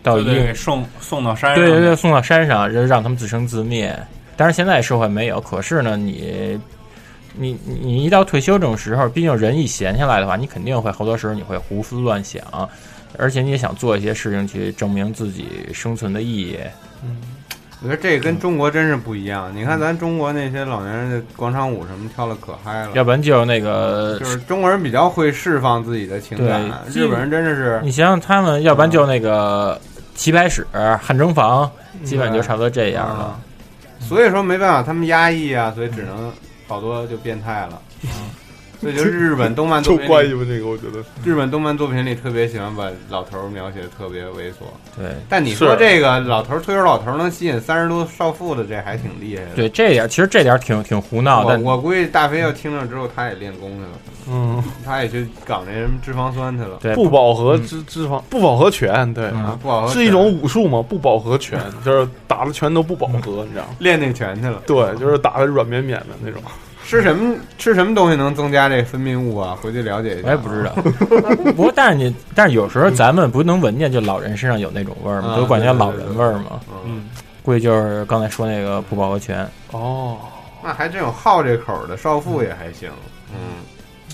E: 到
B: 就
E: 一
B: 得
E: 定
B: 给送送到山上。
E: 对对对，送到山上，就让他们自生自灭。当然，现在社会没有，可是呢，你你你你一到退休这种时候，毕竟人一闲下来的话，你肯定会好多时候你会胡思乱想，而且你也想做一些事情去证明自己生存的意义。
A: 我觉得这跟中国真是不一样。你看
E: 嗯
A: 咱中国那些老年人的广场舞什么跳的可嗨了，
E: 要不然就是那个，
A: 就是中国人比较会释放自己的情感，
E: 对嗯
A: 日本人真的是
E: 你想想他们，要不然就那个棋牌室、汗蒸房，基本就差不多
A: 这
E: 这样嗯了。
A: 啊所以说没办法，他们压抑啊，所以只
E: 嗯
A: 能好多就变态了。所以就日本动漫
D: 就
A: 作品
D: 关
A: 里，
D: 系吧，这个我觉得
A: 日本动漫作品里特别喜欢把老头儿描写的特别猥琐。
E: 对
A: 但你说
D: 是
A: 这个老头儿退休老头儿能吸引三十多少妇的，这还挺厉害的。
E: 对，这点其实这点挺挺胡闹，
A: 我
E: 但
A: 我估计大飞要听了之后，他也练功去了，
D: 嗯，
A: 他也去搞那什么脂肪酸去了。
E: 对
D: 不饱和脂脂肪嗯不饱和拳，对，
A: 啊，不好
D: 是一种武术嘛，不饱和拳，就是打的拳都不饱
A: 嗯
D: 和，你知道吗？
A: 练那拳去了。
D: 对，就是打的软绵绵的那种。
A: 吃什么吃什么东西能增加这分泌物啊？回去了解一下。
E: 我也不知道， 不过但是你，但是有时候咱们不能闻见，就老人身上有那种味儿
A: 啊
E: 吗？都管叫老人味儿嘛。
A: 嗯，
E: 估计就是刚才说那个不饱和拳。
D: 哦，
A: 那还真有好这口儿的少妇也还行。嗯，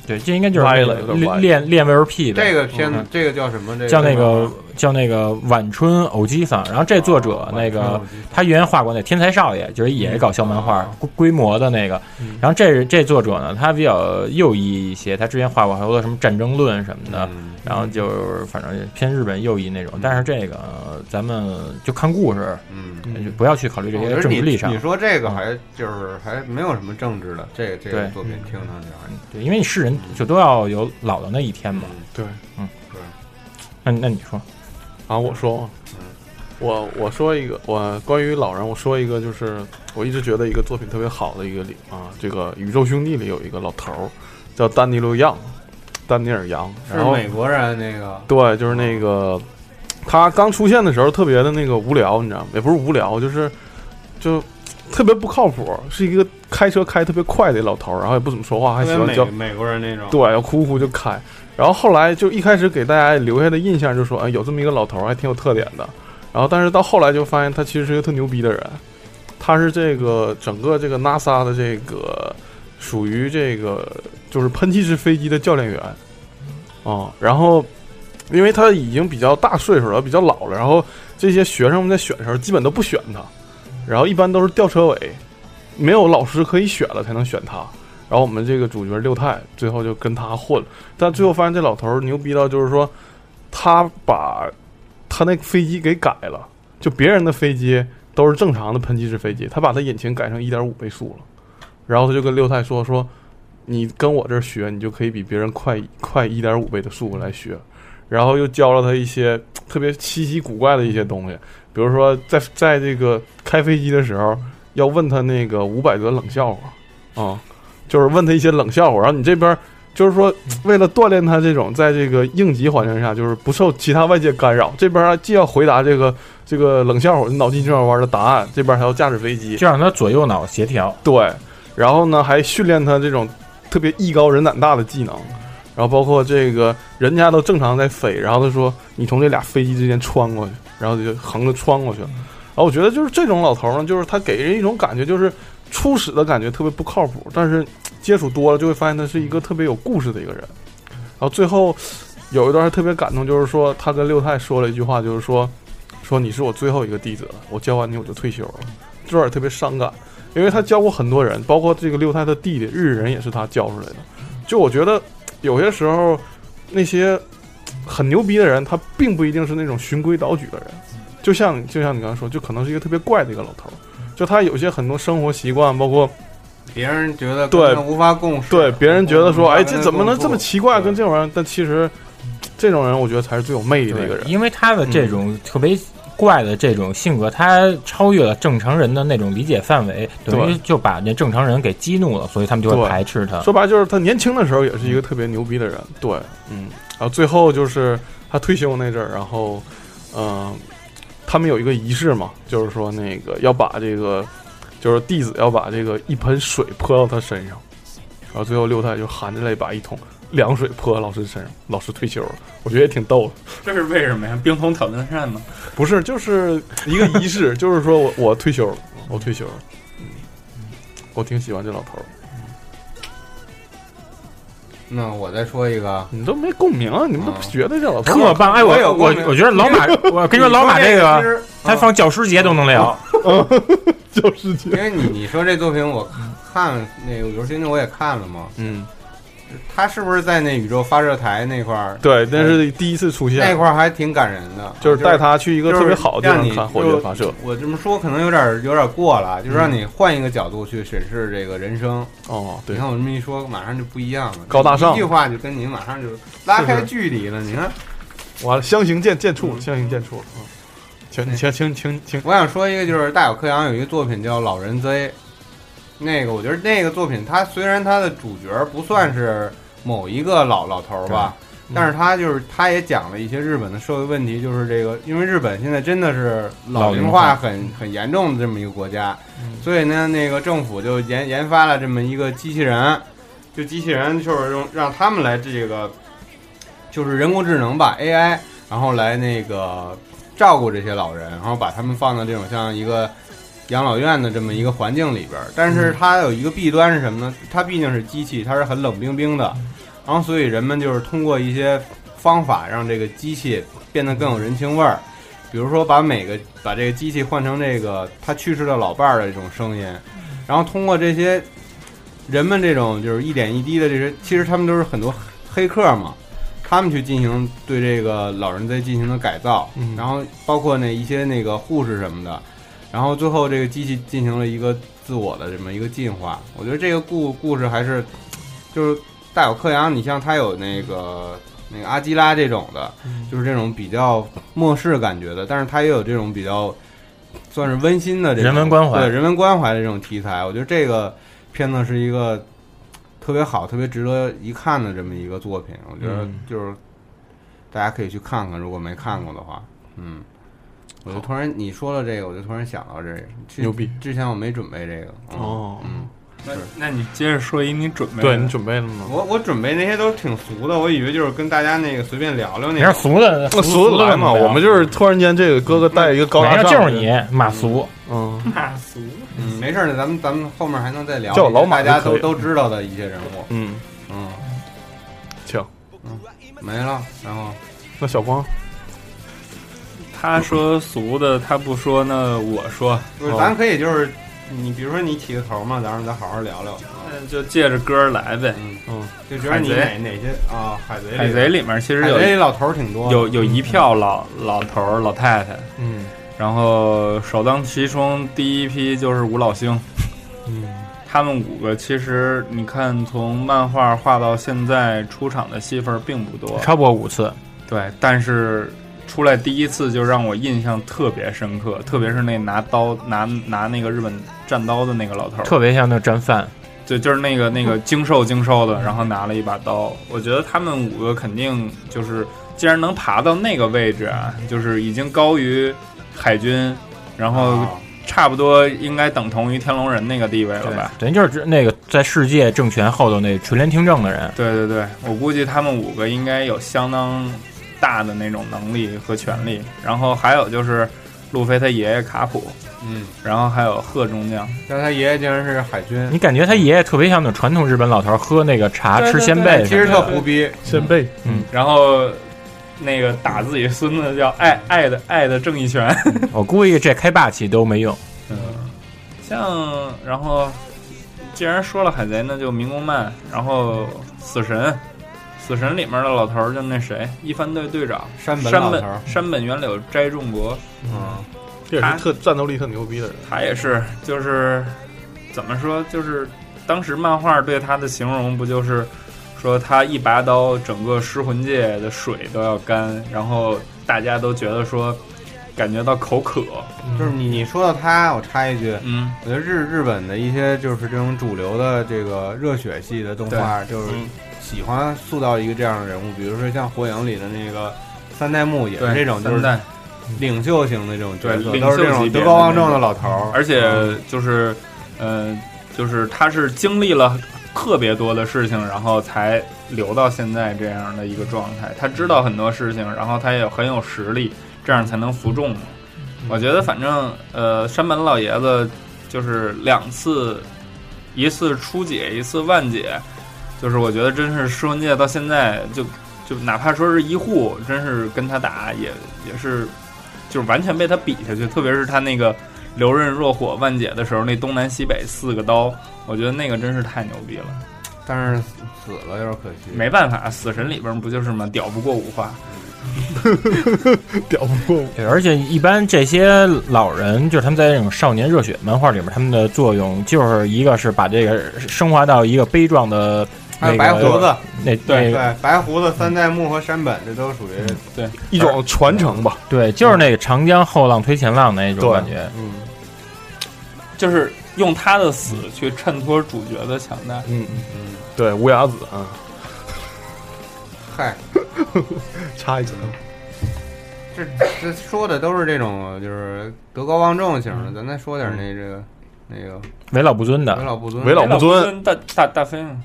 E: 对，这应该就是
D: 歪
E: 那
D: 了有
E: 个
D: 点歪
E: 练练练 VLP 的，
A: 这个片子
E: 嗯
A: 这个叫什么？这
E: 叫那个叫那个晚春偶机桑。然后这作
A: 哦
E: 者那个他原画过那《天才少爷》，就是也是搞笑漫画、规规模的那个。然后这这作者呢，他比较右翼一些，他之前画过好多什么《战争论》什么的。
A: 嗯
E: 然后就是反正偏日本右翼那种，但是这个呃咱们就看故事，
A: 嗯，
E: 就不要去考虑这
A: 我觉
E: 些
A: 得
E: 政
A: 你
E: 治立场
A: 你。说这个
D: 嗯
A: 还就是还没有什么政治的，这个这个
E: 对
A: 作品听上去还
E: 对，因为你是人，就都要有老的那一天嘛。
D: 对，
E: 那那你说，
D: 啊，我说嘛
A: 嗯，
D: 我我说一个，我关于老人，我说一个，就是我一直觉得一个作品特别好的一个里啊，这个《宇宙兄弟》里有一个老头儿叫丹尼路杨，丹尼尔杨，然
A: 是
D: 后
A: 美国人那个
D: 对，就是那个他刚出现的时候特别的那个无聊，你知道吗？也不是无聊，就是就特别不靠谱，是一个开车开特别快的老头儿，然后也不怎么说话，还喜
A: 特
D: 欢
A: 别
D: 叫
A: 美美国人那种。
D: 对，要呼呼就开。然后后来就一开始给大家留下的印象就说，哎，有这么一个老头儿还挺有特点的。然后但是到后来就发现他其实是一个特牛逼的人，他是这个整个这个 NASA 的这个属于这个就是喷气式飞机的教练员啊、然后。因为他已经比较大岁数了，比较老了，然后这些学生们在选的时候基本都不选他，然后一般都是吊车尾，没有老师可以选了才能选他。然后我们这个主角六太最后就跟他混了，但最后发现这老头儿牛逼到就是说，他把他那飞机给改了，就别人的飞机都是正常的喷气式飞机，他把他引擎改成一点五倍速了，然后他就跟六太说说，你跟我这儿学，你就可以比别人快快一点五倍的速来学，然后又教了他一些特别稀奇古怪的一些东西，比如说在在这个开飞机的时候要问他那个五百个冷笑话啊。就是问他一些冷笑话，然后你这边儿就是说，为了锻炼他这种在这个应急环境下，就是不受其他外界干扰，这边儿既要回答这个这个冷笑话、脑筋急转弯的答案，这边儿还要驾驶飞机，
E: 就让他左右脑协调。
D: 对，然后呢还训练他这种特别艺高人胆大的技能，然后包括这个人家都正常在飞，然后他说你从这俩飞机之间穿过去，然后就横着穿过去了。然后我觉得就是这种老头儿呢，就是他给人一种感觉，就是初始的感觉特别不靠谱，但是接触多了就会发现他是一个特别有故事的一个人。然后最后有一段特别感动，就是说他跟六太说了一句话，就是说说你是我最后一个弟子了，我教完你我就退休了，这段儿特别伤感。因为他教过很多人，包括这个六太的弟弟日人也是他教出来的。就我觉得有些时候那些很牛逼的人，他并不一定是那种循规蹈矩的人。就像就像你刚才说，就可能是一个特别怪的一个老头儿，就他有些很多生活习惯，包括
A: 别人觉得
D: 对
A: 根本无法共识，
D: 对别人觉得说，
A: 无法
D: 哎，
A: 跟
D: 这
A: 他
D: 怎么能
A: 共
D: 这么
A: 处
D: 奇怪，
A: 对
D: 跟这种人？但其实这种人，我觉得才是最有魅力的一个人。
E: 因为他的这种特别怪的这种性格，他超越了正常人的那种理解范围，等于
D: 对
E: 就把那正常人给激怒了，所以他们就会
D: 对
E: 排斥他。
D: 说白了就是他年轻的时候也是一个特别牛逼的人，对，嗯，然后最后就是他退休那阵儿，然后，嗯、他们有一个仪式嘛，就是说那个要把这个，就是弟子要把这个一盆水泼到他身上，然后最后六太就含着泪把一桶凉水泼到老师身上，老师退休了，我觉得也挺逗的。
B: 这是为什么呀？冰桶讨论扇吗？
D: 不是，就是一个仪式，就是说我我退休了，我退休了，嗯，我挺喜欢这老头儿，
A: 那我再说一 个，
D: 你都没共鸣啊，你们都不
A: 啊
D: 觉得这老头儿
E: 特棒！哎，我
A: 我有
E: 我
A: 共鸣
E: 我觉得老马，我跟你说，老马这
A: 其
E: 个
A: 实嗯
E: 他放教师节都能聊，
D: 就是这
A: 因为你你说这作品我看那个《游戏那我也看了嘛，
D: 嗯，
A: 他是不是在那宇宙发射台那块儿？
D: 对，那是第一次出现，
A: 那块儿还挺感人的，
D: 哎
A: 啊
D: 就是带他去一个
A: 就是
D: 特别好的地
A: 让
D: 方
A: 你
D: 看火
A: 就
D: 箭发射。嗯
A: 我这么说可能有点有点过了，啊就是让你换一个角度去审视这个人生。
D: 哦，
A: 你
D: 对，
A: 看我这么一说，马上就不一样了，
D: 高大上
A: 一句话就跟你马上就拉
D: 是
A: 开
D: 不是
A: 距离了。你看，
D: 完了，相形见见绌，相形见绌。嗯请请请请请，
A: 我想说一个，就是大有克洋有一个作品叫《老人 Z》，那个我觉得那个作品，它虽然它的主角不算是某一个老老头儿吧，
D: 嗯
A: 但是他就是他也讲了一些日本的社会问题，就是这个，因为日本现在真的是老龄化嗯很很严重的这么一个国家，
D: 嗯
A: 所以呢，那个政府就研研发了这么一个机器人，就机器人就是用让他们来这个，就是人工智能吧 AI，然后来那个照顾这些老人，然后把他们放到这种像一个养老院的这么一个环境里边儿。但是它有一个弊端是什么呢？它毕竟是机器，它是很冷冰冰的，然后所以人们就是通过一些方法让这个机器变得更有人情味儿。比如说，把每个把这个机器换成这个他去世的老伴儿的这种声音，然后通过这些人们这种就是一点一滴的这些，其实他们都是很多黑客嘛，他们去进行对这个老人在进行的改造，
D: 嗯
A: 然后包括那一些那个护士什么的，然后最后这个机器进行了一个自我的这么一个进化。我觉得这个故故事还是就是大有克洋，你像他有那个那个阿基拉这种的，
E: 嗯
A: 就是这种比较末世感觉的，但是他也有这种比较算是温馨的这种
E: 人文关怀
A: 对人文关怀的这种题材。我觉得这个片子是一个特别好、特别值得一看的这么一个作品。我觉得
D: 嗯
A: 就是大家可以去看看，如果没看过的话，嗯。我就突然你说了这个，我就突然想到这个，之
D: 牛逼！
A: 之前我没准备这个，嗯
D: 哦
A: 嗯，
B: 那
A: 是
B: 那你接着说一你准备的
D: 对你准备了吗？
A: 我我准备那些都挺俗的，我以为就是跟大家那个随便聊聊那
E: 你是
A: 种。
E: 俗的，啊
D: 那哦俗的来嘛，我们就是突然间这个哥哥带一个高
E: 没
D: 大
E: 有
D: 上，
E: 就是你，马俗，
D: 嗯，
B: 那俗
A: 嗯，没事儿，咱们咱们后面还能再聊。
D: 叫我老马
A: 大家
D: 就
A: 都
D: 可以
A: 都知道的一些人物，
D: 嗯，
A: 嗯，
D: 请
A: 没了。然后
D: 那小光，
B: 他说俗的，他不说，那我说，
A: 就是
D: 哦
A: 咱可以就是你比如说你起个头嘛，咱们咱好好聊聊。
B: 那就借着歌儿来呗。
A: 嗯
D: 嗯，
A: 就觉得你
B: 海
A: 哪
B: 贼
A: 哪些啊？海贼
B: 海贼里面其实
A: 海
B: 有
A: 贼里老头儿挺多的，
B: 有有一票老老头儿、老太太，
D: 嗯
B: 然后首当其冲，第一批就是五老星。
D: 嗯
B: 他们五个其实你看，从漫画画到现在出场的戏份儿并不多，
E: 嗯超过五次，
B: 对，但是出来第一次就让我印象特别深刻，特别是那拿刀拿拿那个日本战刀的那个老头儿，
E: 特别像那战犯。
B: 对，就是那个那个精瘦精瘦的，然后拿了一把刀。我觉得他们五个肯定就是，既然能爬到那个位置啊，就是已经高于海军，然后
A: 啊
B: 差不多应该等同于天龙人那个地位了吧？
E: 等于就是那个在世界政权后头那垂帘听政的人，
B: 对对对，我估计他们五个应该有相当大的那种能力和权力。然后还有就是路飞他爷爷卡普，
A: 嗯，
B: 然后还有贺中将，
A: 但他爷爷竟然是海军，
E: 你感觉他爷爷特别像那传统日本老头儿喝那个茶
B: 对对
E: 吃鲜
B: 对
E: 贝
A: 其
E: 什
A: 实
E: 么的，
A: 特胡逼。
D: 先辈，
B: 然后那个打自己孙子叫爱爱的爱的正义 拳。
E: 我估计这开霸气都没用。
B: 嗯，像然后，既然说了海贼，那就民工漫，然后死神，死神里面的老头儿就那谁，一番队队长
A: 山本
B: 山
A: 老
B: 本
A: 头儿，
B: 山本元柳斋重国，
A: 嗯，
D: 这也是特战斗力特牛逼的人，
B: 他也是就是怎么说，就是当时漫画对他的形容不就是说他一拔刀，整个尸魂界的水都要干，然后大家都觉得说。感觉到口渴。
A: 就是你你说到他，我插一句，
B: 嗯，
A: 我觉得日日本的一些就是这种主流的这个热血系的动画，就是
B: 嗯
A: 喜欢塑造一个这样的人物，比如说像《火影》里的那个三代目也是
B: 对
A: 这种，就
B: 三
A: 是
B: 代，
A: 领袖型的这种角色，
B: 对
A: 都是这
B: 领袖级
A: 种
B: 别
A: 德
B: 的
A: 高望重的老头儿，
B: 而且就是，呃，就是他是经历了特别多的事情，然后才留到现在这样的一个状态。他知道很多事情，然后他也很有实力，这样才能服众嘛。我觉得反正呃，山本老爷子就是两次，一次初解，一次万解，就是我觉得真是施文界到现在就就哪怕说是一护，真是跟他打也也是就是完全被他比下去，特别是他那个刘刃若火万解的时候，那东南西北四个刀，我觉得那个真是太牛逼了。
A: 但是死了有点可惜。
B: 没办法，死神里边不就是吗？屌不过五花，
D: 屌不过我。
E: 对，而且一般这些老人，就是他们在这种少年热血漫画里面，他们的作用就是一个是把这个升华到一个悲壮的
A: 还
E: 那
A: 有白
E: 个
A: 胡子，
E: 那
A: 对
E: 那个嗯
A: 对，白胡子、三代目和山本，这都属于
D: 一种传承吧，
E: 对，就是那个长江后浪推前浪那种
D: 对
E: 感觉。
A: 嗯
B: 就是用他的死去衬托主角的强大。
A: 嗯嗯，
D: 对无崖子啊，
A: 嗨，
D: 插一嘴。
A: 这这说的都是这种就是德高望重型
B: 嗯
A: 的，咱再说点那这个那个
E: 为啊老不尊
A: 为
E: 的，
A: 老不尊，
D: 为老
B: 老
D: 不尊
B: 大大大飞啊，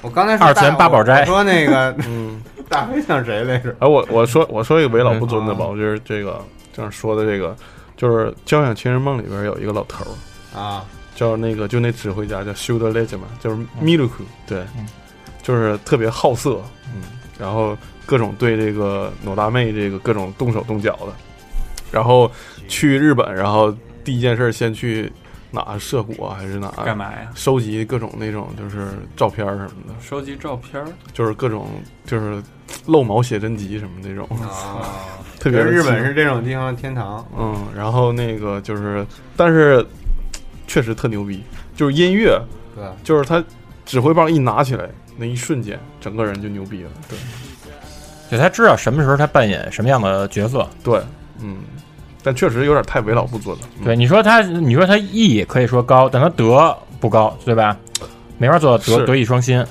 A: 我刚才说
E: 二次元
A: 大
E: 八宝斋
A: 我说那个
D: 嗯，
A: 大飞像谁来着？
D: 哎，我我说我说一个为老不尊的吧，
A: 嗯
D: 我觉得这个这样说的这个，就是《交响情人梦》里边有一个老头儿，
A: 啊，
D: 叫那个就那指挥家叫修德雷吉嘛，就是
A: 嗯
D: Miluku，对，就是特别好色，嗯，然后各种对这个裸大妹这个各种动手动脚的，然后去日本，然后第一件事儿先去哪涉谷啊，还是哪
B: 干嘛呀？
D: 收集各种那种就是照片儿什么的，
B: 收集照片儿，
D: 就是各种就是露毛写真集什么那种，
A: 啊，
D: 特别
A: 觉得
D: 的
A: 日
D: 奇
A: 本
D: 怪
A: 是这种地方的天堂。
D: 嗯，然后那个就是，但是确实特牛逼，就是音乐，
A: 对，
E: 嗯
D: 就是他指挥棒一拿起来那一瞬间，整个人就牛逼了，对
E: 就他知道什么时候他扮演什么样的角色。
D: 对，嗯，但确实有点太为老不尊了，嗯
E: 对，，你说他，你说他艺可以说高，但他德不高，对吧？没法做到德
D: 是
E: 德艺双馨。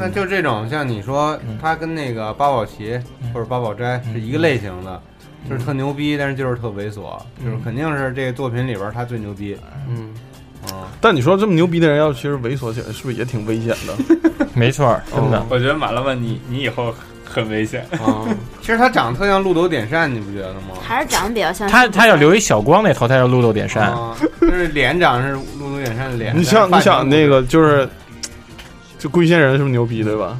A: 那就这种像你说，
E: 嗯
A: 他跟那个八宝旗或者八宝斋是一个类型的，
E: 嗯
A: 就是特牛逼，但是就是特猥琐，就是肯定是这个作品里边他最牛逼。
D: 嗯，
A: 嗯，
D: 但你说这么牛逼的人要其实猥琐起来，是不是也挺危险的？
E: 没错儿，真的。
D: 嗯
B: 我觉得马拉万你你以后很危险。
D: 啊，
A: 嗯其实他长得特像鹿斗点扇，你不觉得吗？
C: 还是长得比较像
E: 他他要留一小光那头，他叫露露点扇。
A: 啊，就是脸长得是鹿斗点扇的脸。
D: 你像
A: 但是
D: 你
A: 发型
D: 想那个就是，就龟仙人是不是牛逼对吧？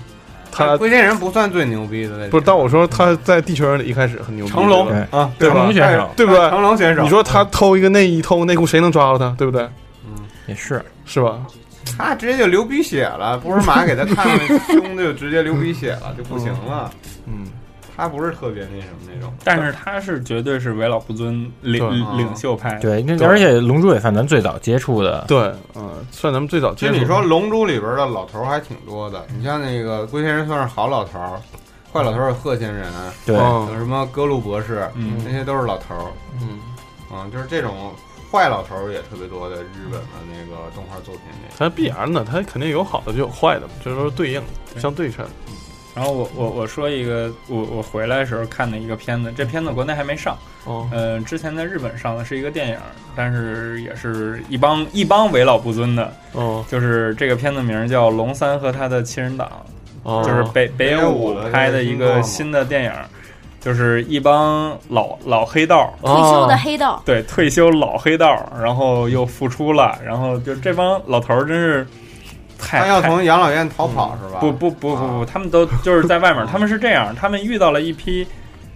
D: 他
A: 龟仙人不算最牛逼的类型，
D: 不是，但我说他在地球人里一开始很牛逼，
A: 成龙
D: 对吧
A: 啊，
D: 对吧
E: 成龙选手
D: 对不对？
A: 成龙选手，
D: 你说他偷一个内衣、偷个内裤，谁能抓到他？对不对？
E: 也是，
D: 是吧？
A: 他直接就流鼻血了，不是马给他看了胸就直接流鼻血了，就不行了。
D: 嗯，
A: 他不是特别那什么那种，
B: 但是他是绝对是为老不尊领
D: 对啊
B: 领袖派，
E: 对，那
D: 对
E: 而且《龙珠》也算咱最早接触的，
D: 对，嗯、算咱们最早
A: 其
D: 接
A: 实
D: 触。
A: 你说《龙珠》里边的老头儿还挺多的，你像那个龟仙人算是好老头儿，坏老头儿有鹤仙人，
E: 对，
A: 有
D: 嗯
A: 什么哥路博士，
B: 嗯
A: 那些都是老头儿。
D: 嗯，
A: 嗯，就是这种坏老头儿也特别多的日本的那个动画作品里。
D: 他必然的，他肯定有好的就有坏的嘛，这都是对应的，相对称。
B: 然后我我我说一个，我我回来的时候看的一个片子，这片子国内还没上，
D: 哦，
B: 呃，之前在日本上的是一个电影，但是也是一帮一帮为老不尊的，
D: 哦，
B: 就是这个片子名儿叫《龙三和他的亲人党》，
D: 哦，
B: 就是北北野武拍的一个新的电影，就是一帮老老黑道，
C: 退休的
D: 哦
C: 黑道，
B: 对，退休老黑道，然后又复出了，然后就这帮老头儿真是太
A: 他要
B: 太
A: 从养老院逃跑是吧？
B: 不不不不不，他们都就是在外面，他们是这样，他们遇到了一批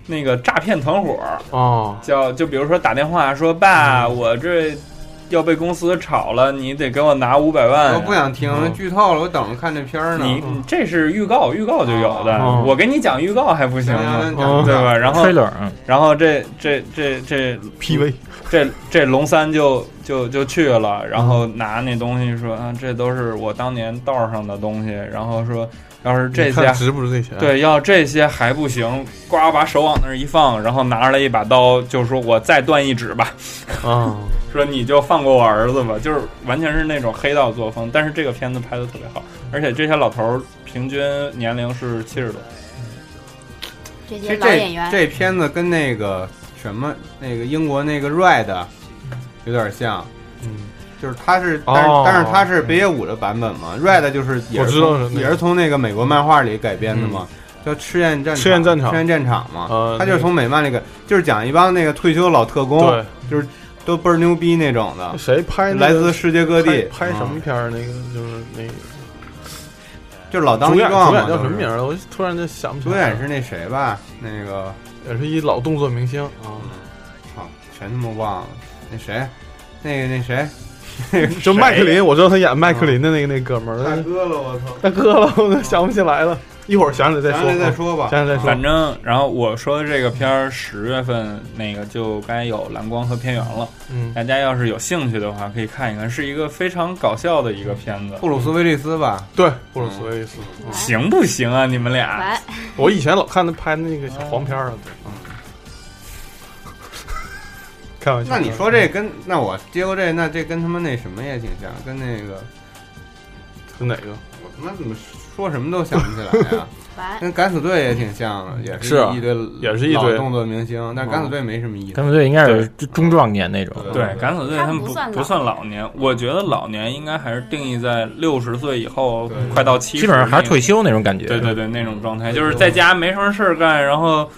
B: 那个诈骗团伙，
D: 哦，
B: 叫就比如说打电话说爸，
D: 嗯
B: 我这要被公司炒了，你得给我拿五百万
A: 我。不想听，
D: 嗯
A: 剧透了，我等着看这片儿呢。
B: 你你这是预告，预告就有的
D: 哦。
B: 我给你讲预告还不行
A: 嗯
B: 吗？
D: 哦
B: 对吧？然后
E: trailer，嗯，
B: 然后这这这这
D: PV
B: 这这龙三就就就去
D: 嗯
B: 了，然后拿那东西说啊，这都是我当年道上的东西，然后说要是这
D: 你看
B: 些
D: 值不值这钱？，
B: 对，要这些还不行，呱把手往那儿一放，然后拿出来一把刀，就说我再断一指吧，
D: 啊，
B: 说你就放过我儿子吧，就是完全是那种黑道作风。但是这个片子拍的特别好，而且这些老头儿平均年龄是七十多，
C: 这
A: 其
C: 些
A: 实
C: 老演员
A: 这，这片子跟那个什么那个英国那个 Red 有点像，
D: 嗯，
A: 就是它是，但是、
D: 哦
A: 但是它是北野武的版本嘛，Red 就是也
D: 我
A: 是
D: 知道
A: 从
D: 是那个嗯
A: 也是从那个美国漫画里改编的嘛，叫赤焰战
D: 赤焰战场
A: 赤焰战场嘛，
D: 呃
A: 它就是从美漫那个，就是讲一帮那个退休老特工，
D: 对，
A: 都倍儿牛逼那种的，
D: 谁拍那
A: 来
D: 个
A: 自世界各地，
D: 拍拍什么
A: 嗯？
D: 片儿？那个就是那个
A: 就是老当
D: 主
A: 益
D: 演
A: 壮
D: 主
A: 嘛，
D: 演叫
A: 都
D: 什么
A: 是
D: 名儿了？我突然就想不起
A: 主
D: 来
A: 演
D: 了。
A: 是那谁吧？那个
D: 也是一老动作明星啊，
A: 操，全他妈忘了，那谁，那个那谁，啊
D: 就麦克林，我知道他演麦克林的那个那哥们儿，但是
A: 哥了，我操！
D: 大哥了，我都想不起来了。一会儿想起来再
A: 咱
D: 说
A: 俩再
D: 啊。
A: 说吧，
D: 咱俩再说
A: 啊
B: 反正然后我说的这个片儿十月份那个就该有蓝光和片源了，
A: 啊
D: 嗯，
B: 大家要是有兴趣的话可以看一看，是一个非常搞笑的一个片子。
A: 布鲁斯威利斯吧，
D: 对，布鲁斯威利斯。
A: 嗯
B: 行不行啊？你们俩
C: 完
D: 我以前老看他拍那个小黄片儿啊。嗯开玩笑。
A: 那你说这跟那我接过这，那这跟他妈那什么也挺像，跟那个
D: 是哪个？
A: 我他妈怎么说什么都想不起来 呀、
C: 完，
A: 跟敢死队也挺像的，也
D: 是啊
A: 一堆
D: 也是一堆嗯
A: 老动作明星，但是敢死队没什么意思。
E: 他们队应该是中壮年那种。
B: 对，敢死队
C: 他
B: 他们
C: 不
B: 不
C: 算老
B: 不算老年，我觉得老年应该还是定义在六十岁以后
A: 对，
B: 快到七十，
E: 基本上还是退。休那种感觉。
B: 对对对，那
D: 嗯
B: 种状态就是在家没什么事儿干，然后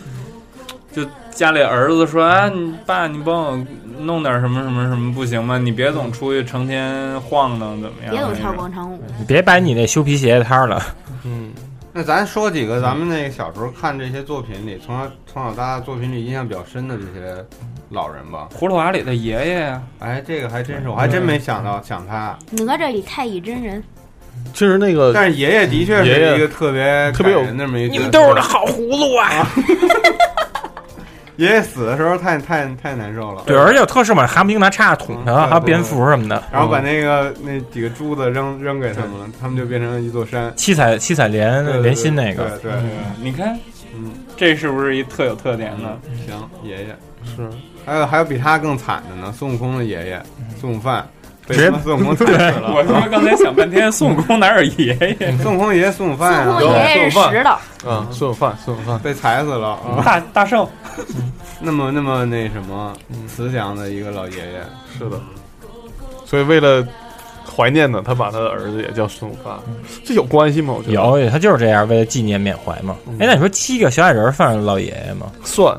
B: 就家里儿子说：“啊，你爸，你帮我弄点什么什么什么不行吗？你别总出去成天晃荡，怎么样？”
C: 别总
B: 那
C: 跳
B: 种
C: 广场舞，
E: 你别摆你那修皮鞋的摊儿了。
D: 嗯，
A: 那咱说几个咱们那个小时候看这些作品里，从小从小到大作品里印象比较深的这些老人吧。
B: 葫芦娃里的爷爷呀，
A: 哎，这个还真是，我还真没想到想他。啊
C: 哪吒与太乙真人，
D: 其实那个
A: 但是爷爷的确
D: 爷
A: 是
D: 爷
A: 一个特别
D: 特别有
A: 感人那么一角色
B: 好葫芦啊！
A: 爷爷死的时候太太太难受了，
E: 对，而且我特是往蛤蟆精拿叉子捅他，
A: 嗯
E: 还有蝙蝠什么的。
A: 然后把那个那几个珠子扔扔给他们了，他们就变成了一座山。
E: 七彩七彩
A: 对
E: 莲莲嗯心那个，
A: 对对
B: 你看，
A: 嗯，
B: 这是不是一特有特点的？
A: 对嗯行，爷爷
D: 是
A: 还有还有比他更惨的呢，孙悟空的爷爷孙悟饭被
E: 直接
A: 他妈孙悟空踩死
D: 嗯
A: 了。
B: 我他妈刚才想半 天，孙悟空哪有爷爷？
A: 孙悟空爷爷孙悟
C: 孙
D: 哎
A: 饭
C: 悟
A: 啊
C: 空，爷爷是石头，
D: 啊，孙悟饭，孙悟饭。
A: 被踩死了
D: 嗯
A: 啊！
B: 大大圣
A: 那么那么那什么慈祥的一个老爷爷，
D: 是的，所以为了怀念呢，他把他的儿子也叫孙悟饭，这有关系吗？我觉得
E: 有他就是这样，为了纪念缅怀嘛。哎，那你说七个小矮人算老爷爷吗？
D: 算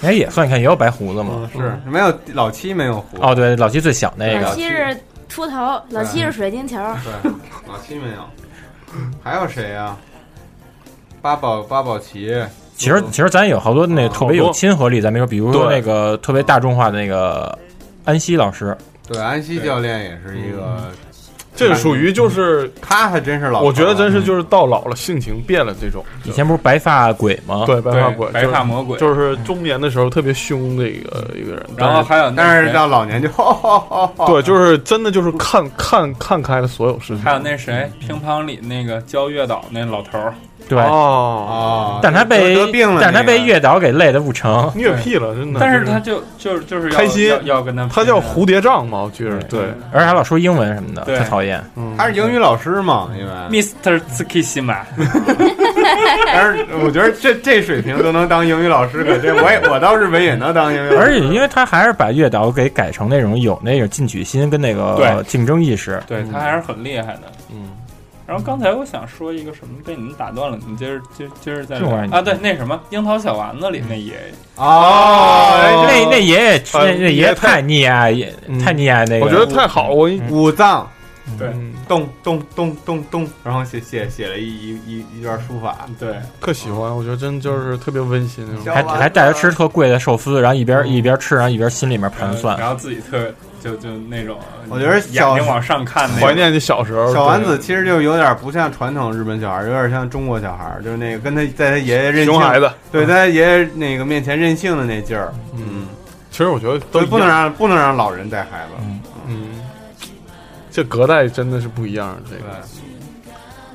E: 哎，也算，你看也有白胡子
D: 嗯
E: 嘛。
A: 是没有老七没有胡
E: 哦，对，老七最小那
A: 对
E: 个
A: 啊
C: 老七是秃头，老七
D: 哎
C: 是水晶球，
A: 对，老七没有，还有谁呀？八宝八宝奇，
E: 其实其实咱有好多那
A: 啊
E: 个特别
D: 好
E: 有
D: 多
E: 亲和力，咱没说，比如说
D: 对
E: 那个特别大众化的那个安西老师，
A: 对，安西教练也是一
E: 嗯
A: 个，
D: 这个属于就是，
A: 他还真是老头儿，
D: 我觉得真是就是到老了性情变了这种。
E: 以前不是白发鬼吗？，
D: 对白发鬼，
B: 白
D: 就是
B: 发魔鬼，
D: 就是中年的时候特别凶的一个一个人，
B: 然后
D: 但是
B: 还有那
A: 但是
B: 谁
A: 到老年就，哈哈哈哈
D: 对，就是真的就是看看看开了所有事情。
B: 还有那谁，
D: 嗯
B: 乒乓里那个教月岛那老头儿，
E: 对
D: 哦，
A: 哦，
E: 但他被
A: 得得病了，
E: 但他被
A: 越
E: 月岛给累得不成。
D: 虐屁了，真的。
B: 但是他就就就是要
D: 开心
B: 要要跟他
D: 他叫蝴蝶杖嘛，我记着，
B: 对
D: 对，
E: 而且还老说英文什么的，
B: 对
E: 特讨厌。
D: 嗯
A: 他是英语老师嘛，因
B: 啊
A: 为，
B: Mr. Tsukishima，
A: 但是我觉得这这水平都能当英语老师，可这我也我到日本也能当英语老
E: 而
A: 师，
E: 且，因为他还是把月岛给改成那种有那种进取心跟那个
B: 对
E: 竞争意识。
B: 对他还是很厉害的。
D: 嗯，
B: 然后刚才我想说一个什么，被你们打断了，你接着接接着再
E: 这
B: 聊
E: 玩意儿
B: 啊，对，那什么樱桃小丸子里
D: 嗯
B: 那爷爷，
A: 哦，
E: 那那爷爷
D: 呃
E: 那那爷爷太溺爱也
D: 嗯
E: 太溺爱那个，
D: 我觉得太好，我一
A: 五藏
B: 对
D: 嗯
A: 咚咚咚咚咚，然后写写写了一一一一段书法，
B: 对，
D: 特喜欢，我觉得真就是特别温馨那种。
E: 还还带他吃特贵的寿司，然后一边一边吃，然后一边心里面盘算。
B: 然后自己特就就那种，呃
A: 我觉得
B: 眼
A: 小
B: 睛往上看那种，
D: 怀念你小时候，
A: 小丸
D: 对
A: 子其实就有点不像传统日本小孩，有点像中国小孩，就是那个跟他在他爷爷任
D: 熊
A: 性，
D: 孩子，
A: 对，在他爷爷那个面前任性的那劲儿，嗯，
D: 其实我觉得
A: 所
D: 都
A: 以
D: 一
A: 不能
D: 样，嗯
A: 让不能让老人带孩子，
D: 嗯，这隔代真的是不一样，这
A: 对
D: 个。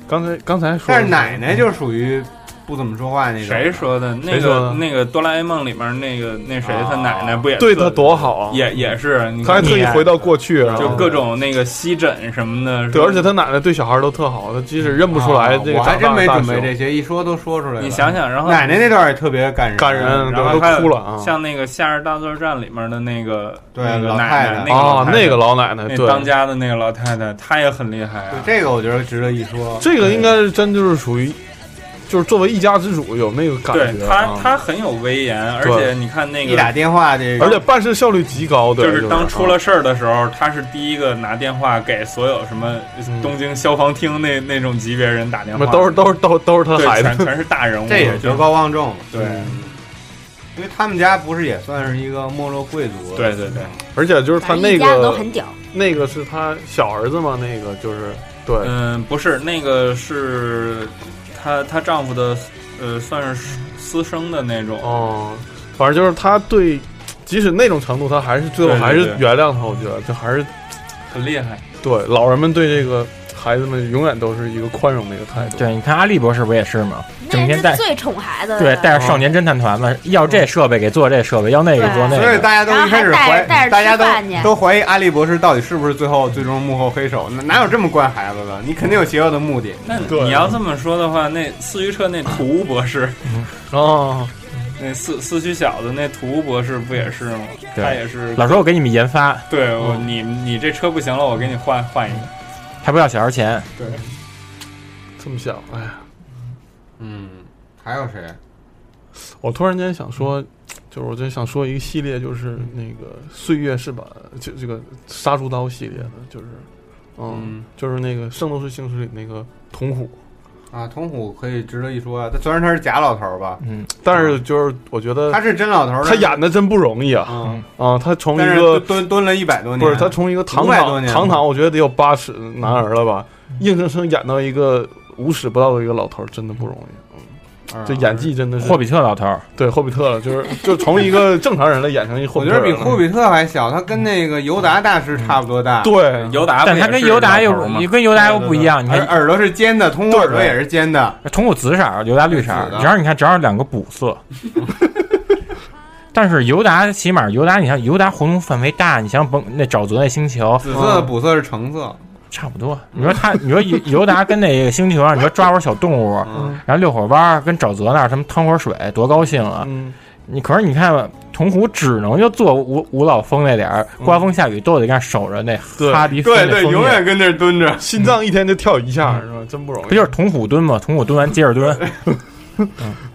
D: 刚才刚才说，
A: 但是奶
D: 嗯
A: 奶就属于不怎么说话那种。
B: 谁？说的？那
D: 谁说的
B: 个那个哆啦 A 梦里面那个那谁
A: 啊
B: 他奶奶不也
D: 对
B: 他
D: 他多好啊！
B: 也也是，你
D: 他还
B: 看
D: 特意回到过去，然
B: 就
D: 后
B: 各种那个吸枕什么的。是
D: 对，
B: 吧
D: 而且他奶奶对小孩都特好，他即使认不出来这
A: 啊
D: 个
A: 我还
D: 长
A: 真
D: 大
A: 没
D: 的大
A: 准
D: 熊，
A: 备这些，一说都说出来了。
B: 你想想，然后
A: 奶奶那段也特别感人，
D: 感人，
B: 然
D: 对，
B: 后
D: 都
B: 还有
D: 哭了啊！
B: 像那个《夏日大作战》里面的那个
A: 对
B: 那个
A: 老
B: 奶
A: 太太
B: 奶，
D: 啊，那
B: 那
D: 个
B: 个
D: 老奶奶
B: 老，太太
D: 对
B: 那，当家的那个老太太，她也很厉害
A: 对
B: 啊。
A: 这个我觉得值得一说。
D: 这个应该是真就是属于，就是作为一家之主有那个感
B: 对
D: 觉
B: 她，
D: 啊，
B: 她很有威严，而
D: 对
B: 且你看那
A: 一
B: 个
A: 打电话，这个
D: 嗯而且办事效率极高，对，
B: 就是当出
D: 啊
B: 了事儿的时候，他是第一个拿电话给所有什么
D: 嗯
B: 东京消防厅那那种级别人打电话，
D: 都是都是都是都是他的
B: 对，
D: 孩
B: 全
D: 子，
B: 全是大人物，
A: 这也
B: 就
A: 德高嗯望重
D: 嗯
A: 了。
B: 对
A: 因为他们家不是也算是一个没落贵族？
B: 对对对，
D: 而且就是他
C: 反正
D: 那
C: 啊一家子都
D: 个
C: 很屌。
D: 那个是他小儿子嘛，那个就是对，
B: 嗯，不是那个是她她丈夫的呃，算是私生的那种，
D: 哦，反正就是他对，即使那种程度，他还是最后
B: 对对
D: 还是
B: 对
D: 原谅他。我觉得这还是
B: 很厉害。
D: 对老人们对这个孩子们永远都是一个宽容的一个态度。
E: 对，你看阿笠博士不也是吗？整
C: 那
E: 天
C: 人
E: 带
C: 是最宠孩子的，
E: 对带着少年侦探团嘛，要这设备给做这设备，要那个做那
C: 对
A: 所以
E: 个。
A: 大家都一开始
C: 然后
A: 怀
C: 还带着带着，吃
A: 大家都
C: 饭去
A: 都怀疑阿笠博士到底是不是最后最终幕后黑手？哪哪有这么惯孩子的？你肯定有邪恶的目的。
B: 那
D: 对
B: 你要这么说的话，那四驱车那土屋博士，
D: 哦，
B: 那四四驱小子那土屋博士不也是吗？
E: 对
B: 他也是，
E: 老说我给你们研发，
B: 对我你你这车不行了，我给你换换一个。
E: 还不要小孩钱。
D: 这么想，哎呀，
A: 嗯，还有谁？
D: 我突然间想说，就是我真想说一个系列，就是那个岁月是把就这个杀猪刀系列的，就是嗯，
B: 嗯，
D: 就是那个《圣斗士星矢》里那个铜虎，
A: 啊，童虎可以值得一说啊。他虽然他是假老头儿吧，
E: 嗯，
D: 但是就是我觉得
A: 呃他是真老头儿。
D: 他演的真不容易啊
A: 嗯，
D: 啊，他从
A: 但
D: 一
A: 是
D: 个
A: 蹲蹲了一百多年。
D: 不是他从一个堂
A: 500多
D: 堂
A: 年
D: 堂堂，我觉得得有八尺男儿了吧，硬生生演到一个五尺不到的一个老头儿，真的不容易。
A: 嗯
D: 这演，技真的是
E: 霍比特老头儿，
D: 对霍比特了，就是就从一个正常人来演成一霍
A: 我
D: 比
A: 觉
D: 特人
A: 得
D: 了。
A: 比霍比特还小，他跟那个尤达大师差不多大。
D: 对
B: 尤达不
E: 但
B: 也
E: 他跟
B: 是
E: 尤达又
B: 老头吗
E: 你跟尤达又不一样。你
A: 耳
E: 看
A: 耳朵是尖的，通过耳朵也是尖的。
E: 瞳孔紫色儿，尤达绿色儿
A: 紫的，
E: 正好你看正好两个补色。 但是尤达起码尤达，你像尤达活动范围大，你像甭那沼泽那星球
A: 紫色的补色是橙色，
E: 差不多。你说他， 你说尤尤达跟那个星球上，你说抓会儿小动物，然后遛会儿弯儿，跟沼泽那儿什么趟会儿水，多高兴啊！
D: 嗯，
E: 你可是你看吧，铜壶只能就坐五五老峰那点儿，刮风下雨都得干守着那
D: 嗯对
E: 哈迪芬那枫叶
A: 跟那儿蹲着。
D: 心脏一天就跳一下是吧？嗯真不容
E: 不
D: 易。
E: 就是铜虎蹲吗？铜虎蹲完接着蹲，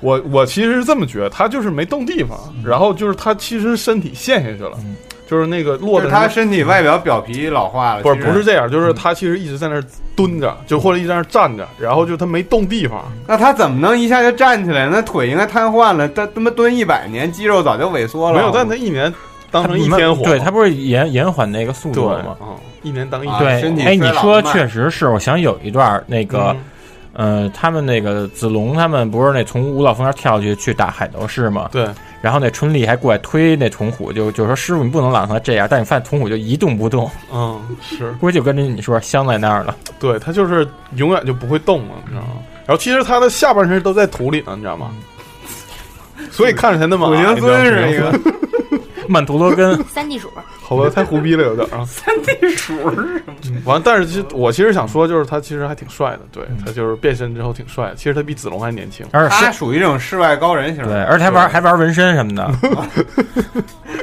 D: 我我其实是这么觉得，他就是没动地方，然后就是他其实身体陷下去了
E: 嗯，
D: 就是那个
A: 就
D: 落的
A: 是他身体外表表皮老化了，
D: 不是
A: 其实
D: 不是这样，就是他其实一直在那儿蹲着，就或者一直在那儿站着，然后就他没动地方，
A: 那他怎么能一下就站起来？那腿应该瘫痪了，他他妈蹲一百年，肌肉早就萎缩了。
D: 嗯没有，但他一年当成一
E: 他
D: 天火，
E: 对他不是延延缓那个速
D: 对
E: 度吗？
D: 嗯一年当一
A: 啊
D: 天。
E: 对
A: 身体，衰
E: 哎，你
A: 老得
E: 说
A: 慢嗯
E: 确实是，我想有一段儿那个，呃，他们那个子龙他们不是那从五老峰那儿跳下去去打海斗士吗？
D: 对，
E: 然后那春丽还过来推那童虎，就就说师傅你不能老让他这样，但你发现童虎就一动不动，
D: 嗯，是
E: 估计就跟着你说镶在那儿了。
D: 对他就是永远就不会动了，你知道吗？然后其实他的下半身都在土里呢，你知道吗？所以看着他那么
A: 古
D: 矮，
A: 灵
D: 你知道吗
A: 尊是一个，
E: 曼陀 罗根，
C: 三地鼠，
D: 好吧，太胡逼了有点啊。 三地鼠完，但是其实我其实想说，就是他其实还挺帅的，对他就是变身之后挺帅的，其实他比子龙还年轻。
E: 而且
A: 他
E: 是
A: 属于这种世外高人型
E: 对，
A: 的，
E: 而且还玩还玩纹身什 么的，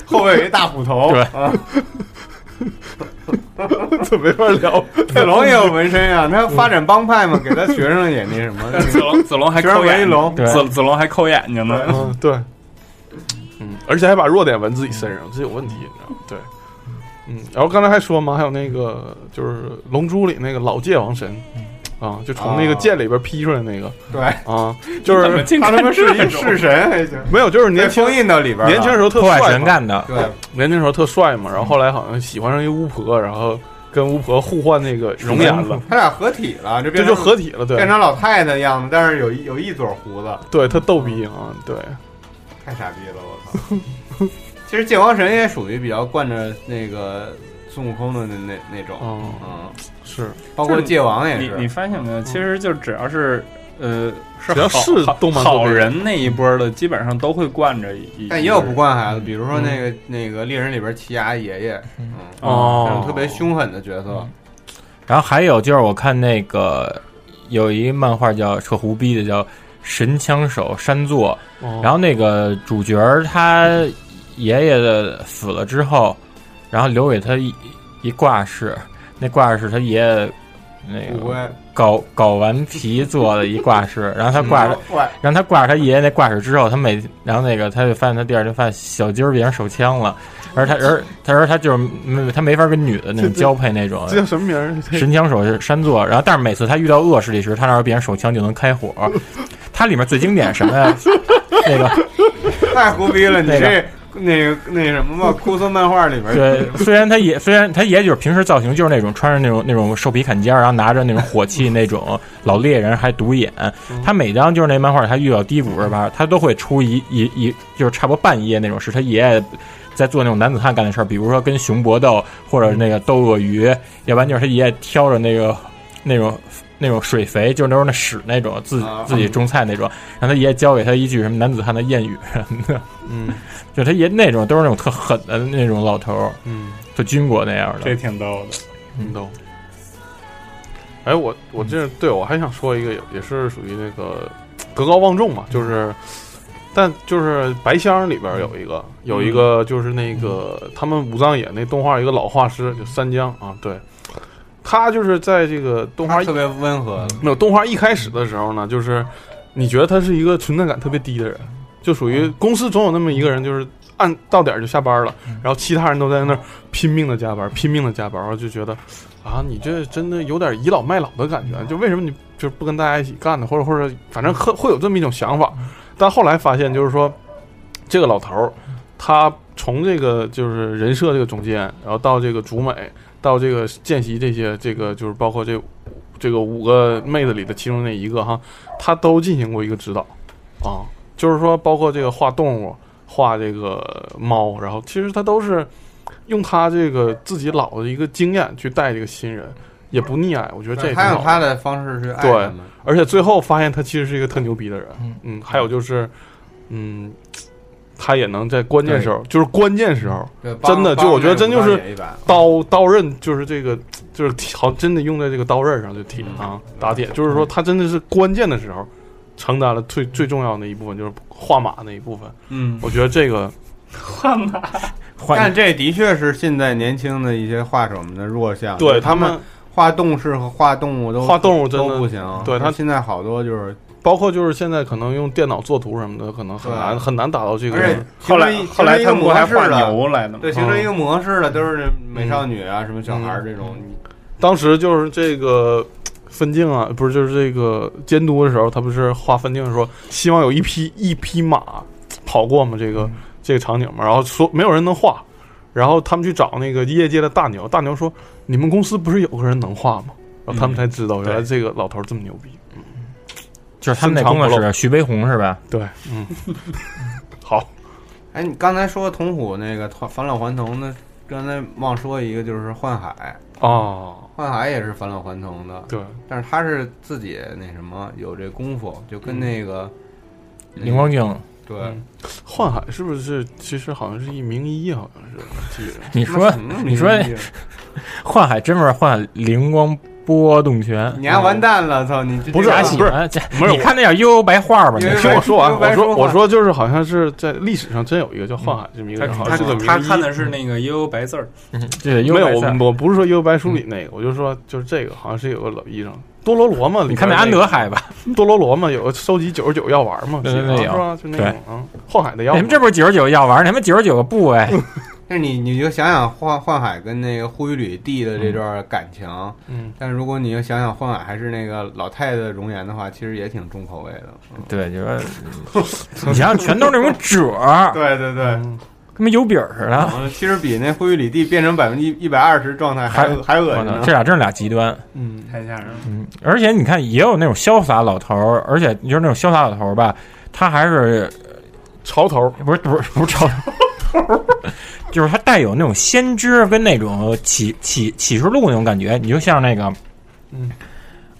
A: 后背有一大虎 头，
E: 对
A: 啊，
D: 这没法聊，
A: 子龙也有纹身啊，他发展帮派嘛，给他学生也那什 么，
B: 子龙子龙还
A: 学生
B: 抠
A: 纹一
B: 眼，
A: 龙，
E: 对
B: 子子龙还抠眼睛呢。
D: 嗯，对，嗯，而且还把弱点纹自己身上，这有问题，你知道吗？对，嗯，然后刚才还说嘛，还有那个就是《龙珠》里那个老界王神，啊，就从那个剑里边劈出来那个，
A: 对
D: 啊， 就
B: 怎么
D: 是
B: 净
A: 他他妈
B: 看
A: 是
B: 这
A: 一
B: 种
A: 式神还行，
D: 没有，就是 年
A: 被
D: 轻
A: 封印到里边了，啊
D: 年轻时候特
E: 破坏
D: 帅
E: 神
D: 嘛，
E: 干的。
A: 对，
D: 年轻时候特帅嘛，然后后来好像喜欢上一巫婆，然后跟巫婆互换那个容颜了，
A: 他俩合体了，这
D: 这
A: 变
D: 就
A: 成
D: 合体了，
A: 变
D: 对，
A: 成老太太样子，但是有一有一撮胡子，
D: 对，特逗逼啊，对，
A: 太傻逼了，我操！其实界王神也属于比较惯着那个孙悟空的那那那种，
D: 哦
A: 嗯，
D: 是，
A: 包括界王也
B: 你你
A: 是，
B: 发现没有？其实就只要是呃，是
D: 只要
B: 好
D: 是
B: 好
D: 动漫作
B: 好
D: 品
B: 人那一波的，基本上都会惯着一，
A: 但也有不惯
D: 嗯
A: 孩子，比如说那个那个猎人里边奇牙爷爷，嗯，
D: 哦嗯
A: 那种特别凶狠的角色，
E: 然后还有就是我看那个有一漫画叫扯胡逼的叫《神枪手山作》，
D: 哦
E: 然后那个主角儿他爷爷的死了之后，然后留给他一一挂饰，那挂饰他爷爷那
A: 不
E: 个
A: 乖，
E: 搞搞完皮做的一挂 饰，然后他挂着，
A: 怪，
E: 让他挂着他爷爷那挂饰之后，他每然后那个他就发现他第二天发现小鸡儿变成手枪了，而他而他说他就是没他没法跟女的那种交配那种，
D: 这叫什么名儿？这
E: 神枪手是山座，然后但是每次他遇到恶势力时，他那儿别人手枪就能开 火。它里面最经典什么呀？那个
A: 太胡逼了，你
E: 那
A: 这那个那什么吧，库森漫画里边
E: 对，虽然他也虽然他也就是平时造型就是那种穿着那种那种兽皮坎肩儿，然后拿着那种火器那种老猎人还独眼，他每当就是那漫画他遇到低谷是吧，他都会出一一一就是差不多半夜那种是他爷爷。在做那种男子汉干的事儿，比如说跟熊搏斗，或者那个斗鳄鱼，要不然就是他爷爷挑着那个那种那种水肥，就是那种那屎那种自
A: 啊
E: 自己种菜那种，让他爷爷教给他一句什么男子汉的谚语什么的，
D: 嗯
E: 就他爷那种都是那种特狠的那种老头儿，
D: 嗯，
E: 就军国那样
B: 这
E: 的。
B: 挺逗的。
D: 你懂。嗯哎，我我这对我还想说一个，也也是属于那个德高望重嘛，就是，但就是《白箱》里边有一个，有一个就是那个他们武藏野那动画一个老画师，就三江啊，对，他就是在这个动画
A: 他
D: 一
A: 特别温和，
D: 没有动画一开始的时候呢，就是你觉得他是一个存在感特别低的人，就属于公司总有那么一个人，就是按到点儿就下班了，然后其他人都在那儿拼命的加班，拼命的加班，然后就觉得啊，你这真的有点倚老卖老的感觉，就为什么你就是不跟大家一起干呢？或者或者反正会会有这么一种想法，但后来发现就是说，这个老头儿他从这个就是人设这个中间，然后到这个竹美，到这个见习这些，这个就是包括这这个五个妹子里的其中那一个哈，他都进行过一个指导啊，就是说包括这个画动物、画这个猫，然后其实他都是用他这个自己老的一个经验去带这个新人，也不溺爱，我觉得这也挺
A: 他
D: 好
A: 用
D: 的。
A: 他的方式去爱
D: 对
A: 他们，
D: 而且最后发现他其实是一个特牛逼的人。嗯，还有就是，嗯，他也能在关键时候，就是关键时候，
A: 对帮
D: 真的就
A: 帮
D: 我觉得真就
A: 那个
D: 是
A: 武藏野一把
D: 刀刀刃就是这个，就是铁好真的用在这个刀刃上，就铁啊打铁，就是说他真的是关键的时候承担了最最重要的一部分，就是画马那一部分。
B: 嗯，
D: 我觉得这个
B: 换吧。
A: 但这的确是现在年轻的一些画手们的弱项，就是
D: 他
A: 他
D: 们，
A: 画动势和画动物都
D: 画动物真的
A: 都不行，
D: 对他
A: 现在好多就是，
D: 包括就是现在可能用电脑作图什么的，可能很
A: 对
D: 难很难达到这个。
A: 而且
B: 后来
A: 形成一
B: 后来他们不还
A: 形成
B: 画
A: 一个模式啊
D: 啊
A: 了
B: 牛来的吗？
A: 对，形成一
D: 嗯
A: 个模式了，都是美少女啊，什么小孩儿这种，
D: 当时就是这个分镜啊，不是就是这个监督的时候，他不是画分镜说希望有一匹一匹马跑过嘛，这个、这个场景嘛，然后说没有人能画，然后他们去找那个业界的大牛，大牛说你们公司不是有个人能画吗？然后他们才知道原来这个老头这么牛逼。
E: 就是他们那工作
D: 深藏不
E: 室，
D: 露
E: 徐悲鸿是吧？
D: 对，嗯，好，
A: 哎，你刚才说童虎那个返返老还童的，刚才忘说一个，就是幻海，
D: 哦，
A: 幻海也是返老还童的，
D: 对，
A: 但是他是自己那什么有这功夫，就
D: 嗯
A: 跟那个
E: 灵光镜，
A: 对，
D: 幻海是不是其实好像是一名医，好像是我记得。
E: 你说
A: 什么啊
E: 你说
A: 名字
E: 幻海真不是幻海灵光波动拳，
A: 你还完蛋了，操你这
D: 不是
E: 假
D: 啊
E: 喜
D: 不是
E: 欢？假
D: 不是
E: 你看那点悠悠白画吧，
A: 因
E: 你
A: 为
D: 听我说完，我说我说就是好像是在历史上真有一个叫幻海这么一个人，好
B: 他
D: 像是个名
B: 他
D: 医嗯
B: 看的是那个悠悠白字儿，
E: 对悠
D: 没
E: 悠
D: 有
E: 白色。
D: 我我不是说《幽游白书》里那个，我就说就是这个好像是有个老医生多罗罗嘛，里边
E: 你看那安德海吧，
D: 那个多罗罗嘛，有个收集九十九药丸嘛，
E: 对对
D: 记得
E: 对有
D: 是吧？就那
E: 对哎
D: 种啊，幻海的药
E: 你
D: 嘛，
E: 们这不是九十九药丸，你们九十九个哎部位，
A: 但是你你就想想幻幻海跟那个呼雨吕弟的这段感情，
D: 嗯，
A: 但如果你要想想幻海还是那个老太太的容颜的话，其实也挺重口味的。嗯
E: 对，就说 你想想，全都是那种褶儿，
A: 对对对，
E: 跟妈油饼儿似 的。
A: 嗯，其实比那呼雨吕弟变成百分之一百二十状态还
E: 还
A: 还恶
E: 我
A: 心
E: 操
A: 呢。
E: 这俩真是俩极端。
D: 嗯，
B: 太吓人了。
E: 嗯，而且你看，也有那种潇洒老头儿，而且就是那种潇洒老头儿吧，他还是
D: 潮头
E: 不是不是不是朝头，就是它带有那种先知跟那种启启启示录那种感觉。你就像那个，
D: 嗯，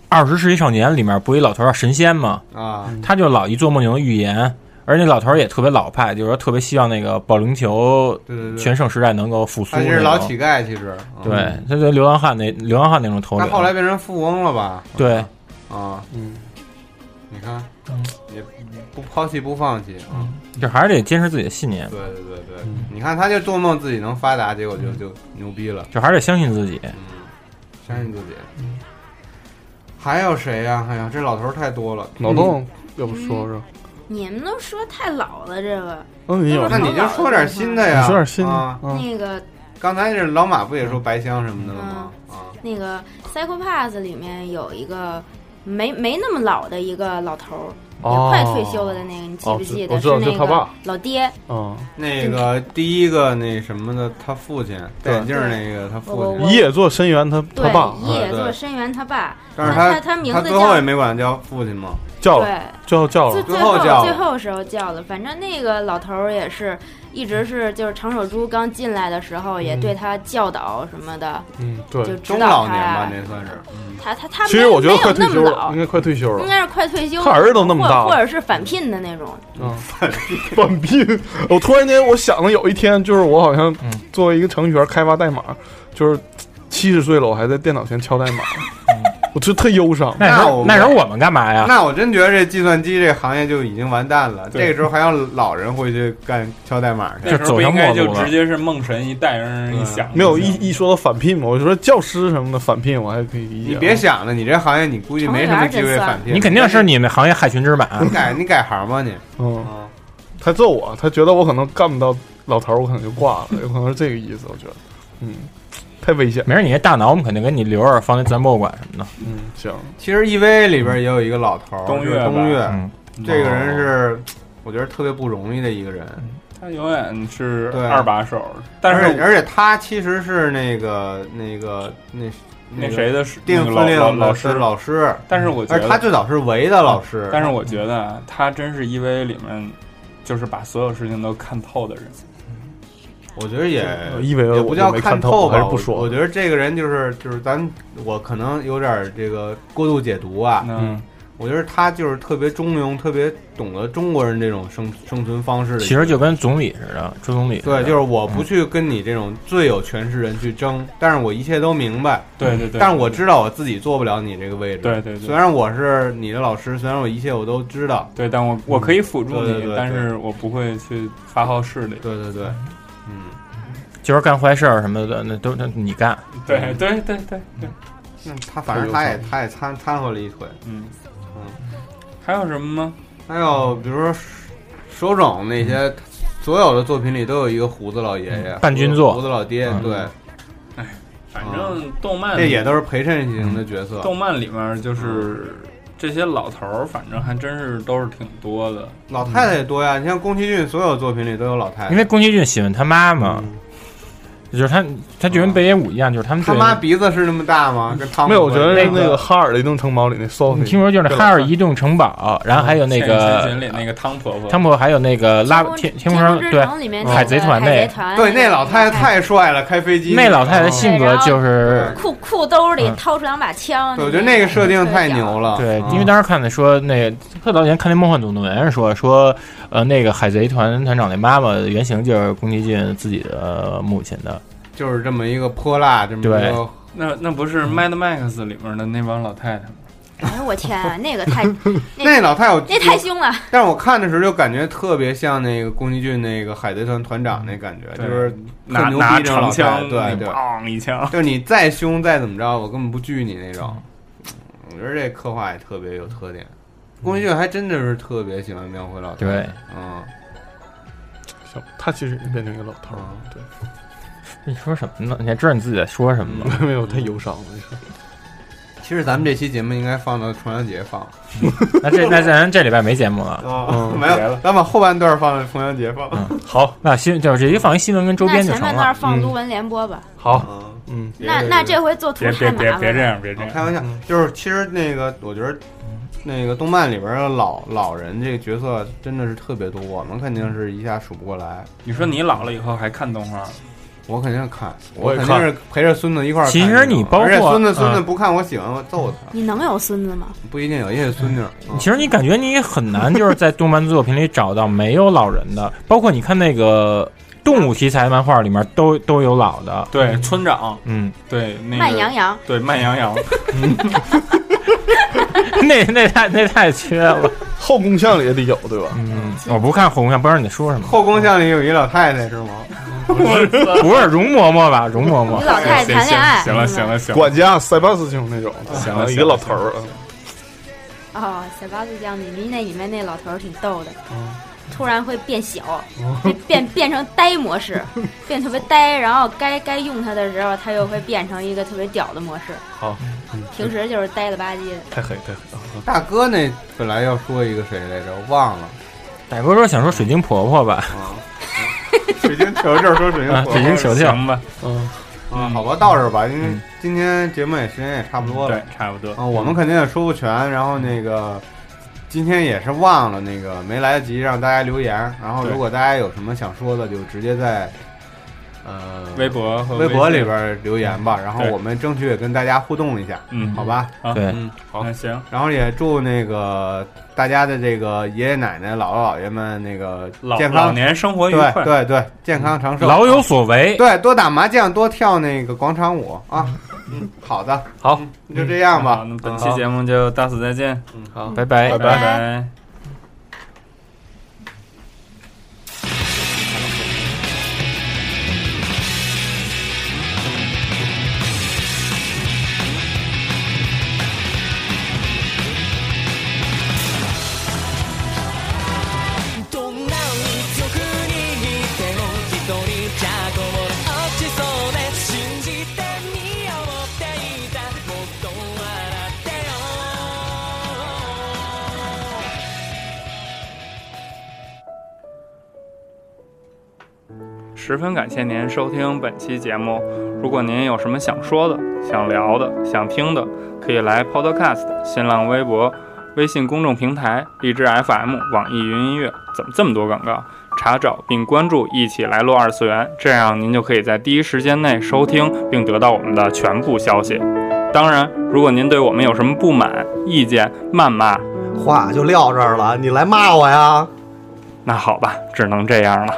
E: 二十世纪少年里面不有一老头儿叫神仙吗？
A: 啊，
E: 他就老一做梦就能预言，而那老头儿也特别老派，就是说特别希望那个保龄球
A: 对对对，
E: 全盛时代能够复苏
A: 他
E: 那
A: 其
E: 种。
A: 实老乞丐，其实，嗯
E: 对，他就流浪汉那流浪汉那种头
A: 他
E: 领。
A: 后来变成富翁了吧？
E: 对，
A: 啊，
D: 嗯，
A: 你看，也不抛弃不放弃啊。
E: 就还是得坚持自己的信念，
A: 对对对对，你看他就做梦自己能发达，结果就就牛逼了，
E: 就还是得相信自己。
A: 嗯，相信自己。
D: 嗯
A: 还有谁呀、哎呀，这老头儿太多了。
D: 老洞，要不说说？
C: 你们都说太老了，这个
D: 嗯，你有
C: 那
A: 那你就说点新的
D: 你
A: 呀，
D: 说点新嗯的
A: 啊。
D: 嗯
C: 那个
A: 刚才这老马不也说白香什么的了吗？啊，
C: 那个《Psycho Pass》里面有一个没没那么老的一个老头儿，
D: 哦
C: 也快退休了的那个，你记
D: 哦
C: 不
D: 知
C: 记
D: 我
C: 得？
D: 知道
C: 是
D: 就
C: 那
D: 他
C: 个
D: 爸
C: 老爹，
D: 嗯，
A: 那个第一个那什么的，他父亲戴
D: 对
A: 眼镜儿那个他父
C: 我
A: 亲，
C: 我
D: 一野做深渊他他
C: 对
D: 爸，嗯
C: 一野
A: 对
C: 座
A: 对
C: 深渊他爸，
A: 但是
C: 他
A: 他
C: 他名字
A: 最后也
C: 叫
A: 没管他叫父亲嘛。
D: 叫了
C: 对。
D: 叫叫
C: 最
D: 了，
C: 最
A: 最后
C: 后
A: 叫
C: 最
A: 了
C: 后时候叫了，反正那个老头儿也是一直是就是长手猪刚进来的时候也对他教导什么的，
D: 嗯，
C: 就
D: 对。
C: 指
A: 中
C: 导
A: 老
C: 他
A: 年吧，
C: 呀。
A: 那算是。
C: 他他他
D: 其实我觉得
C: 没有
D: 快
C: 那
D: 退
C: 么
D: 休了，
C: 老
D: 应，该快退休
C: 应
D: 了。
C: 该是快退休，
D: 他儿子都那么大了
C: 或者或者是返聘的那种。
D: 嗯， 返聘。我突然间我想了，有一天就是我好像
E: 嗯
D: 作为一个程序员开发代码，就是七十岁了，我还在电脑前敲代码，我就特忧伤。
E: 那时
A: 嗯那我
E: 候那时候我们干嘛呀？
A: 那我真觉得这计算机这行业就已经完蛋了。这个时候还让老人回去干敲代码去
B: 那
E: 这
B: 时候
E: 走
B: 不
E: 上
B: 应该
E: 末
B: 就
E: 路了
B: 直接是梦神一代人
D: 啊
B: 一想，
D: 没有一一说到返聘嘛，我就说教师什么的返聘我还可以理解。啊
A: 你别想了，你这行业你估计没什么机会返聘。
E: 你肯定是你们行业害群之马。
A: 你改你改行吧你。
D: 嗯，
A: 啊，
D: 他揍我，他觉得我可能干不到老头儿，我可能就挂了，有可能是这个意思。我觉得，嗯，太危险。
E: 没事，你这大脑我们肯定给你留着，放在自然博物馆什么的。
D: 嗯，行，
A: 其实 EVA 里边也有一个老头儿，
B: 东
A: 是
B: 岳吧哦
A: 东岳，
E: 嗯，
A: 这个人是我觉得特别不容易的一个人。
B: 他永远是
A: 对啊
B: 二把手，嗯但
A: 而且
B: 是
A: 而且他其实是那个那个那
B: 那
A: 个
B: 谁的是
A: 定
B: 那个
A: 司
B: 老
A: 令
B: 老
A: 的
B: 老师，
A: 老师，
B: 但是我觉
A: 而
B: 得
A: 他最早是维的老师，
B: 但是我觉得啊，他真是 EVA 里面就是把所有事情都看透的人。
A: 我觉得也
B: 呃
D: 一为
A: 也
D: 我
A: 不
D: 就
A: 叫
D: 没
A: 看
D: 透，我
A: 吧，
D: 还是不
A: 我
D: 说。
A: 我觉得这个人就是就是咱我可能有点儿这个过度解读啊，
B: 嗯，
A: 我觉得他就是特别中庸，特别懂得中国人这种生生存方式的。
E: 其实就跟总理似的，朱总理似的。
A: 对，就是我不去跟你这种最有权势人去争，但是我一切都明白，
B: 对对对，
A: 但是我知道我自己做不了你这个位置。
B: 对对
A: 虽
B: 对
A: 然我是你的老师，虽然我一切我都知道。
B: 对，但我我可以辅助
A: 对对
B: 你，
A: 对
B: 但
A: 对
B: 是我不会去发号施令。
A: 对对对，嗯，
E: 就是干坏事儿什么的，那都那你干。
B: 对对对对对，
A: 那他反正他也他也掺掺和了一腿。
B: 嗯还有什么吗？
A: 还有比如说手冢那些，所有的作品里都有一个胡子老爷爷，
E: 伴君作
A: 胡子老爹，
E: 嗯
A: 对，
B: 反正动漫
A: 这也都是陪衬型的角色。
B: 动漫里面就是这些老头儿，反正还真是都是挺多的。
A: 老太太也多呀，你像宫崎骏所有作品里都有老太太，
E: 因为宫崎骏喜欢他妈嘛，就是他他就跟北野武一样，就是他们
A: 嗯他
E: 对
A: 妈鼻子是那么大吗？跟汤姆
D: 没有，我觉得是
A: 那
D: 那个哈尔的移动城堡里那 Sophie，
E: 你听说就是哈尔移动城堡，然后还有那
B: 《千与千
E: 个
B: 寻》里那个汤婆婆，
E: 汤姆，还有那个拉
C: 天空
E: 天
C: 天
E: 天空城
C: 之
E: 对
C: 城里面
E: 海贼团
C: 团
E: 那
C: 海贼团
A: 对
C: 那
A: 那老太太太帅了，开飞机
E: 那老太太
A: 嗯
E: 性格就是
C: 裤裤兜里
E: 嗯
C: 掏出两把枪，
A: 对，我觉得那个设定太牛了。
E: 对，
A: 嗯
E: 因为当时看的说那特早以前看那《梦幻总动员》说说呃那个海贼团团长那妈妈原型就是宫崎骏自己的呃母亲的，
A: 就是这么一个泼辣，这么一
E: 对
A: 个
B: 那那不
E: 嗯
B: 是《Mad Max》里面的那帮老太太吗？
C: 哎呦我天啊，那个太
A: 那老太太我，
C: 那 太凶了，
A: 但是我看的时候就感觉特别像那个宫崎骏那个海贼团团长那感觉，就
B: 对
A: 是
B: 拿
A: 特牛逼
B: 拿
A: 这种老
B: 长
A: 太
B: 枪，
A: 太对
B: 那
A: 对，
B: 砰一枪。
A: 就是你再凶再怎么着，我根本不惧你那
E: 嗯
A: 种。我觉得这刻画也特别有特点，宫崎骏还真的是特别喜欢描绘老太太。
E: 嗯对，
A: 嗯，
D: 行他其实也变成一个老头儿，
A: 嗯
D: 对，
E: 你说什么呢？你还知道你自己在说什么吗？
D: 没有太忧伤了。你说
A: 其实咱们这期节目应该放到重阳节放，
E: 那这那咱这礼拜没节目 嗯了。
A: 哦，没有，咱把后半段放到重阳节放。
E: 嗯，好，那新就是直接放一新闻跟周
C: 那
E: 边就
C: 前
E: 成
C: 面那儿
E: 了。
C: 放
D: 嗯
C: 卢文联播吧，
D: 好，
A: 嗯，
D: 嗯，
C: 那那这回做图
B: 别
C: 太
B: 别
C: 麻
B: 别
C: 烦
B: 别这
C: 了。
B: 样，别这
A: 我
B: 样。
E: 嗯
A: 开玩笑，就是其实那个，我觉得那个动漫里边的老老人这个角色真的是特别多，我们肯定是一下数不过来。
B: 你说你老了以后还看动画？
A: 嗯我肯定看，
D: 我也
A: 肯
D: 看
A: 定是陪着孙子一块儿看
E: 其
A: 这
E: 实
A: 种。
E: 你包
A: 而且
E: 括
A: 孙子孙子
E: 嗯
A: 不看，我喜欢我揍他，
C: 你能有孙子吗？
A: 不一定有，也有孙女儿。嗯
E: 其实你感觉你很难，就是在动漫作品里找到没有老人的，包括你看那个动物题材漫画里面都都有老的，
B: 对，村长，
E: 嗯，
B: 对那个
C: 慢羊羊，
B: 对慢 羊羊，
E: 那那太那太缺了，
D: 后宫像里也得有，对吧？
E: 嗯，我不看后宫像，不知道你在说什么，
A: 后宫像里有一老太太是吗？
E: 不是容嬷嬷吧，容嬷嬷
C: 你，老太太谈恋爱，
B: 行了行了行了，
D: 管家塞巴斯汀那种，
B: 行了
D: 一个老头儿，啊
C: 哦，小八子酱里面那里面那老头儿挺逗的，
B: 嗯
C: 突然会变小，
B: 哦
C: 就变变成呆模式， 变特别呆，然后该该用它的时候，它又会变成一个特别屌的模式。
D: 好，
B: 嗯
C: 平时就是呆了吧唧的。
D: 太黑太黑。
A: 大哥那本来要说一个谁来着，我忘了。
E: 大哥说想说水晶婆婆吧，
A: 水晶球就是说水晶
E: 啊，
A: 球
E: 水晶球球，
B: 行吧，
D: 嗯，
A: 啊，好吧，到这儿吧，因为
E: 嗯
A: 今天节目也时间也差不多了
B: 对，差不多。
A: 啊，我们肯定也说不全，然后那个今天也是忘了那个没来得及让大家留言，然后
B: 对
A: 如果大家有什么想说的，就直接在呃
B: 微博和
A: 微
B: 微
A: 博
B: 信
A: 里，边留言吧，然后
B: 对
A: 我们争取也跟大家互动一下，
B: 嗯，
A: 好，吧？
E: 对，
A: 嗯，好
B: 那行，
A: 然后也祝那个大家的这个爷爷奶奶、姥姥姥爷们那个
B: 老
A: 健
B: 老
A: 康，
B: 年生活愉
A: 对
B: 快，
A: 对对，健康长寿，
E: 老有所为，
A: 对，多打麻将，多跳那个广场舞啊。嗯，好的，
D: 好
A: 嗯，那就这样吧嗯
B: 好，。那本期节目就到此再见，
D: 好。
E: 拜拜。
C: 拜
B: 拜拜。
H: どんなに強く握っても一人じゃこぼれ落ちそうで信じてみようっていたもっと笑ってよ
B: 十分感谢您收听本期节目。如果您有什么想说的、想聊的、想听的，可以来 Podcast、新浪微博、微信公众平台、荔枝 FM、网易云音乐，怎么这么多广告？查找并关注“一起来录二次元”，这样您就可以在第一时间内收听并得到我们的全部消息。当然，如果您对我们有什么不满、意见、谩骂，
I: 话就撂这儿了，你来骂我呀？
B: 那好吧，只能这样了。